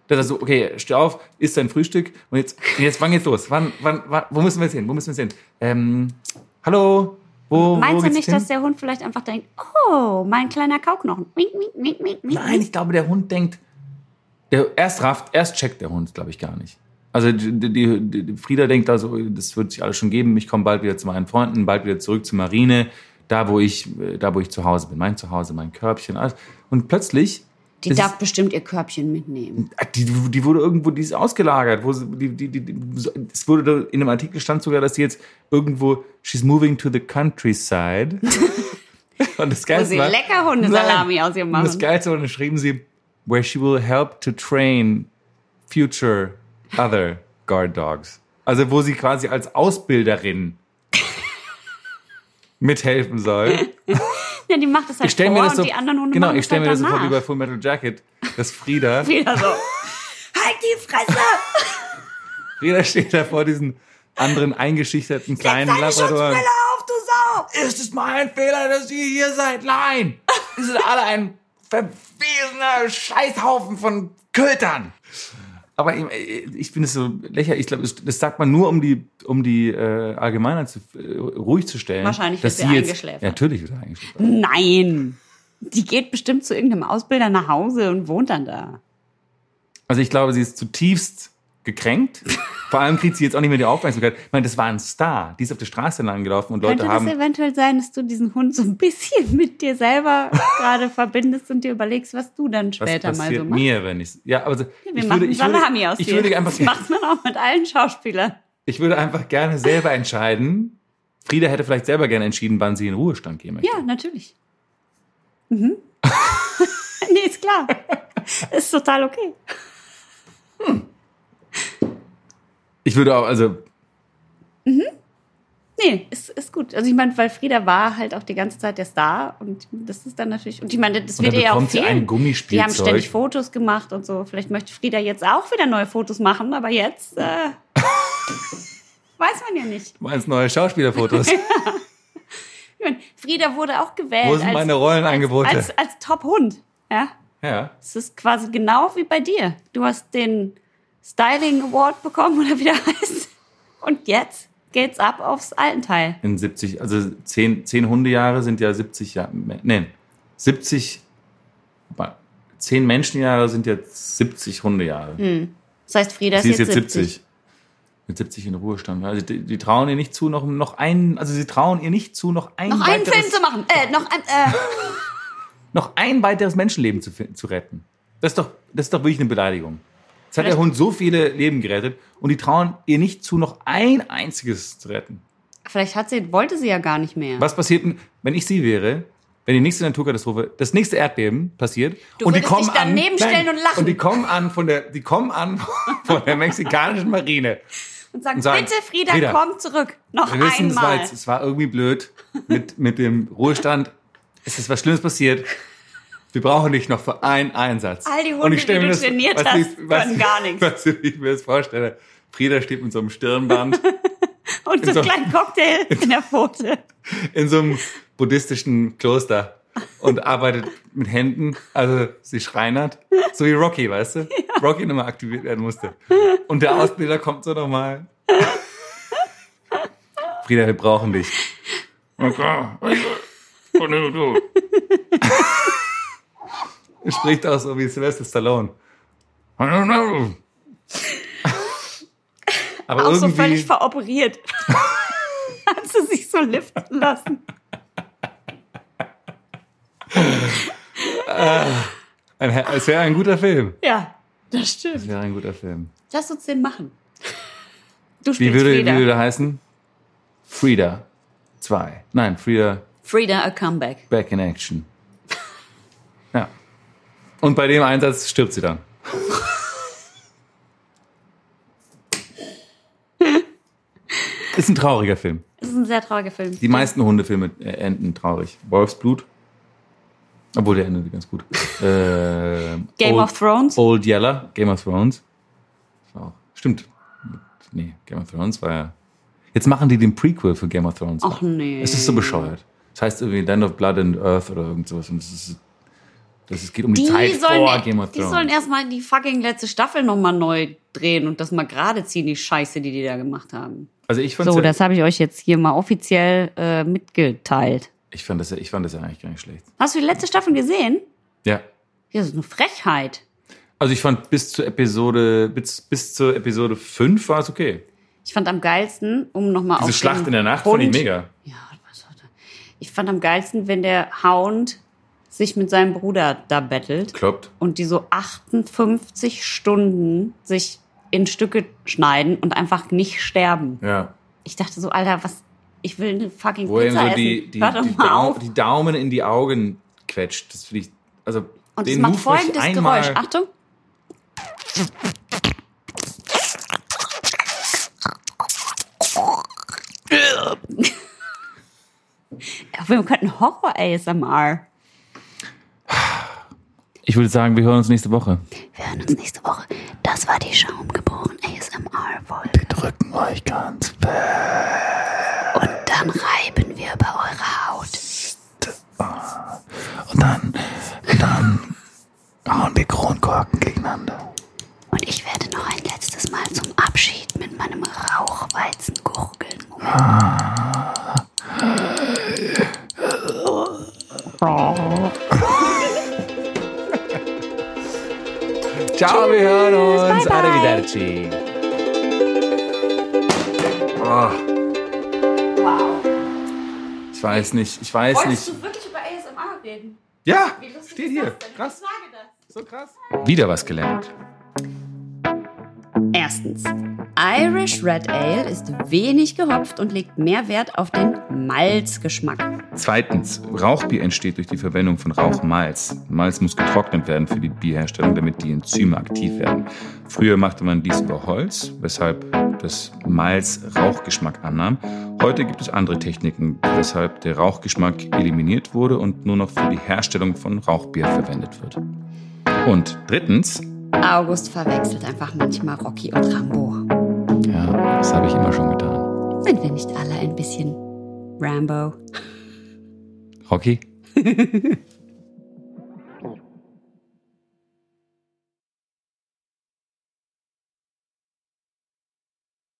Speaker 1: Der sagt so, okay, steh auf, isst dein Frühstück und jetzt, jetzt wann geht's los? Wann, wann, wann, wo müssen wir jetzt hin? Wo müssen wir jetzt hin? Ähm, hallo? Wo, wo
Speaker 2: Meinst du
Speaker 1: geht's
Speaker 2: nicht,
Speaker 1: hin?
Speaker 2: dass der Hund vielleicht einfach denkt, oh, mein kleiner Kauknochen. Wink, wink, wink, wink, wink.
Speaker 1: Nein, ich glaube, der Hund denkt, der erst rafft, erst checkt der Hund, glaube ich, gar nicht. Also die, die, die, die Frieda denkt also, das wird sich alles schon geben. Ich komme bald wieder zu meinen Freunden, bald wieder zurück zur Marine, da wo ich, äh, da wo ich zu Hause bin, mein Zuhause, mein Körbchen, alles. Und plötzlich
Speaker 2: Die
Speaker 1: das
Speaker 2: darf bestimmt ihr Körbchen mitnehmen.
Speaker 1: die, die wurde irgendwo, die ist ausgelagert. Wo, sie- die, die, die, die, es wurde da, in einem Artikel stand sogar, dass sie jetzt irgendwo, she's moving to the countryside. Und das Geilste
Speaker 2: sie lecker Hundesalami
Speaker 1: Nein.
Speaker 2: aus ihr
Speaker 1: Und
Speaker 2: machen.
Speaker 1: Das Geilste war, dann schrieben sie, where she will help to train future other guard dogs. Also wo sie quasi als Ausbilderin mithelfen soll.
Speaker 2: Ja, die macht das halt
Speaker 1: Ich stelle
Speaker 2: vor
Speaker 1: mir das so,
Speaker 2: und die anderen Hunde
Speaker 1: genau,
Speaker 2: machen
Speaker 1: ich stelle mir
Speaker 2: halt
Speaker 1: das so vor wie bei
Speaker 2: danach.
Speaker 1: Full Metal Jacket, dass Frieda
Speaker 2: Wieder so. halt die Fresse!
Speaker 1: Frieda steht da vor diesem anderen eingeschüchterten kleinen
Speaker 2: Deine
Speaker 1: Labrador.
Speaker 2: Schutzbrille auf, du Sau!
Speaker 1: Ist es mein Fehler, dass ihr hier seid? Nein! Ihr seid alle ein verwesener Scheißhaufen von Kötern! Aber ich, ich finde es so lächerlich. Ich glaube, das sagt man nur, um die, um die äh, Allgemeinheit zu, äh, ruhig zu stellen.
Speaker 2: Wahrscheinlich
Speaker 1: dass sie
Speaker 2: wird sie
Speaker 1: jetzt,
Speaker 2: eingeschläfert.
Speaker 1: Ja, natürlich wird er eingeschläfert.
Speaker 2: Nein! Die geht bestimmt zu irgendeinem Ausbilder nach Hause und wohnt dann da.
Speaker 1: Also ich glaube, sie ist zutiefst gekränkt. Vor allem kriegt sie jetzt auch nicht mehr die Aufmerksamkeit. Ich meine, das war ein Star. Die ist auf der Straße lang gelaufen und Leute
Speaker 2: Könnte
Speaker 1: haben...
Speaker 2: das eventuell sein, dass du diesen Hund so ein bisschen mit dir selber gerade verbindest und dir überlegst, was du dann später
Speaker 1: was
Speaker 2: mal
Speaker 1: passiert
Speaker 2: so machst?
Speaker 1: mir, wenn ich ja, aber so,
Speaker 2: Wir
Speaker 1: ich
Speaker 2: machen
Speaker 1: würde, ich
Speaker 2: Salami
Speaker 1: würde,
Speaker 2: aus
Speaker 1: ich
Speaker 2: dir.
Speaker 1: würde einfach
Speaker 2: das macht man auch mit allen Schauspielern.
Speaker 1: ich würde einfach gerne selber entscheiden. Frieda hätte vielleicht selber gerne entschieden, wann sie in den Ruhestand gehen möchte.
Speaker 2: Ja, natürlich. Mhm. nee, ist klar. Ist total okay.
Speaker 1: Ich würde auch also
Speaker 2: Nee, ist, ist gut. Also ich meine, weil Frieda war halt auch die ganze Zeit der Star und das ist dann natürlich. Und ich meine, das
Speaker 1: Und
Speaker 2: wird
Speaker 1: dann
Speaker 2: ihr ja auch
Speaker 1: bekommt sie ein
Speaker 2: fehlen. Die haben
Speaker 1: Gummispielzeug.
Speaker 2: ständig Fotos gemacht und so. Vielleicht möchte Frieda jetzt auch wieder neue Fotos machen, aber jetzt äh, weiß man ja nicht.
Speaker 1: Du meinst neue Schauspielerfotos?
Speaker 2: Ich meine, Frieda wurde auch gewählt
Speaker 1: Wo sind
Speaker 2: als,
Speaker 1: meine Rollenangebote?
Speaker 2: als, als Top-Hund. Ja,
Speaker 1: ja.
Speaker 2: es ist quasi genau wie bei dir. Du hast den Styling Award bekommen oder wie der heißt. Und jetzt geht's ab aufs Altenteil.
Speaker 1: In 70, also 10, 10 Hundejahre sind ja 70 Jahre. Nein, 70. wobei, 10 Menschenjahre sind jetzt 70
Speaker 2: Mhm.
Speaker 1: Hundejahre.
Speaker 2: Das heißt, Frieda
Speaker 1: sie
Speaker 2: ist,
Speaker 1: ist jetzt 70. Mit 70 in Ruhestand. Also die, die trauen ihr nicht zu, noch, noch einen, also sie trauen ihr nicht zu, noch ein,
Speaker 2: Noch einen
Speaker 1: weiteres,
Speaker 2: Film zu machen. Äh, noch ein, äh,
Speaker 1: noch ein weiteres Menschenleben zu, fi- zu retten. Das ist, doch, das ist doch wirklich eine Beleidigung. Jetzt hat der
Speaker 2: Vielleicht-
Speaker 1: Hund so viele Leben gerettet und die trauen ihr nicht zu, noch ein einziges zu retten.
Speaker 2: vielleicht hat sie, wollte sie ja gar nicht mehr.
Speaker 1: Was passiert, denn, wenn ich sie wäre, wenn die nächste Naturkatastrophe, das nächste Erdbeben passiert
Speaker 2: Du
Speaker 1: und die
Speaker 2: würdest
Speaker 1: kommen
Speaker 2: dich daneben
Speaker 1: an,
Speaker 2: stellen und lachen.
Speaker 1: und die kommen an von der, die kommen an von der mexikanischen Marine.
Speaker 2: Und sagen,
Speaker 1: Und sagen,
Speaker 2: bitte Frieda,
Speaker 1: Frieda,
Speaker 2: komm zurück. Noch
Speaker 1: Wir wissen, es war,
Speaker 2: einmal.
Speaker 1: jetzt, es war irgendwie blöd mit, mit dem Ruhestand. Es ist was Schlimmes passiert. Wir brauchen dich noch für einen Einsatz.
Speaker 2: All die Hunde,
Speaker 1: Und ich stell
Speaker 2: die
Speaker 1: mir
Speaker 2: du
Speaker 1: das-
Speaker 2: trainiert
Speaker 1: was
Speaker 2: hast,
Speaker 1: ich- was-
Speaker 2: können gar nichts.
Speaker 1: Was ich mir jetzt vorstelle, Frieda steht mit so einem Stirnband
Speaker 2: Und so
Speaker 1: so-
Speaker 2: einen kleinen Cocktail in der Pfote.
Speaker 1: in so einem buddhistischen Kloster und arbeitet mit Händen, also sie schreinert, so wie Rocky, weißt du? Rocky nochmal aktiviert werden musste. Und der Ausbilder kommt so nochmal. Frieda, wir brauchen dich. Spricht auch so wie Sylvester Stallone. Aber
Speaker 2: Auch so
Speaker 1: irgendwie,
Speaker 2: völlig veroperiert. hat sie sich so liften lassen.
Speaker 1: ein, es wäre ein guter Film.
Speaker 2: Ja, das stimmt.
Speaker 1: Es wäre ein guter Film.
Speaker 2: Lass uns den machen. Du
Speaker 1: Wie
Speaker 2: spielst
Speaker 1: würde, wie
Speaker 2: Frieda.
Speaker 1: würde er heißen? Frida 2. Nein, Frida
Speaker 2: Frieda, a comeback.
Speaker 1: Back in Action. Ja. Und bei dem Einsatz stirbt sie dann. Ist ein trauriger Film.
Speaker 2: Das ist ein sehr trauriger Film.
Speaker 1: Die meisten Hundefilme äh, enden traurig. Wolfsblut. Obwohl, der endet ganz gut. Ähm,
Speaker 2: Game
Speaker 1: Old-
Speaker 2: of Thrones.
Speaker 1: Old Yeller, Game of Thrones. Ist Auch. Stimmt. Nee, Game of Thrones war ja. Jetzt machen die den Prequel für Game of Thrones.
Speaker 2: Ach nee.
Speaker 1: Es ist so bescheuert. Das heißt irgendwie Land of Blood and Earth oder irgend sowas. Und es ist, das es geht um die,
Speaker 2: Die
Speaker 1: Zeit
Speaker 2: sollen, e-
Speaker 1: vor Game of
Speaker 2: die sollen
Speaker 1: Thrones.
Speaker 2: erstmal die fucking letzte Staffel nochmal neu drehen und das mal gerade ziehen, die Scheiße, die die da gemacht haben.
Speaker 1: Also ich fand
Speaker 2: So,
Speaker 1: ja,
Speaker 2: das habe ich euch jetzt hier mal offiziell äh, mitgeteilt.
Speaker 1: ich fand das ja, ich fand das ja eigentlich gar nicht schlecht.
Speaker 2: Hast du die letzte Staffel gesehen?
Speaker 1: Ja.
Speaker 2: Ja, das ist eine Frechheit.
Speaker 1: Also ich fand bis zur Episode bis, bis zur Episode 5 war es okay.
Speaker 2: Ich fand am geilsten, um nochmal
Speaker 1: Diese Schlacht in der Nacht fand ich mega.
Speaker 2: Ja, was war da? Ich fand am geilsten, wenn der Hound sich mit seinem Bruder da bettelt
Speaker 1: Kloppt.
Speaker 2: und die so 58 Stunden sich in Stücke schneiden und einfach nicht sterben.
Speaker 1: Ja.
Speaker 2: Ich dachte so, Alter, was? Ich will eine fucking
Speaker 1: Wo er ihm
Speaker 2: Pizza
Speaker 1: so
Speaker 2: essen.
Speaker 1: die, die,
Speaker 2: Hör doch
Speaker 1: die,
Speaker 2: mal
Speaker 1: Dau
Speaker 2: auf.
Speaker 1: die Daumen in die Augen quetscht. Das finde ich. Also
Speaker 2: Und es
Speaker 1: den
Speaker 2: macht
Speaker 1: Move möchte ich
Speaker 2: folgendes
Speaker 1: einmal-
Speaker 2: Geräusch. Achtung. Ja, Wir könnten Horror-ASMR.
Speaker 1: Ich würde sagen, wir hören uns nächste Woche.
Speaker 2: Wir hören uns nächste Woche. Das war die Schaumgeboren ASMR-Folge.
Speaker 3: Drücken euch ganz
Speaker 2: Und dann reiben wir über eure Haut.
Speaker 3: Und dann, dann hauen wir Kronkorken gegeneinander.
Speaker 2: Und ich werde noch ein letztes Mal zum Abschied mit meinem Rauchweizen gurgeln.
Speaker 1: Ciao, wir hören uns. Arrivederci. Oh. Ich weiß nicht, ich weiß nicht.
Speaker 2: wirklich über ASMR reden?
Speaker 1: Ja, steht hier. Krass,
Speaker 2: sage das.
Speaker 1: so krass.
Speaker 5: Wieder was gelernt.
Speaker 2: Erstens. Irish Red Ale ist wenig gehopft und legt mehr Wert auf den Malzgeschmack.
Speaker 5: Zweitens, Rauchbier entsteht durch die Verwendung von Rauchmalz. Malz muss getrocknet werden für die Bierherstellung, damit die Enzyme aktiv werden. Früher machte man dies über Holz, weshalb
Speaker 1: des Malz Rauchgeschmack annahm. Heute gibt es andere Techniken, weshalb der Rauchgeschmack eliminiert wurde und nur noch für die Herstellung von Rauchbier verwendet wird. Und drittens,
Speaker 2: August verwechselt einfach manchmal Rocky und Rambo.
Speaker 6: Ja, das habe ich immer schon getan.
Speaker 2: Sind wir nicht alle ein bisschen Rambo?
Speaker 6: Rocky?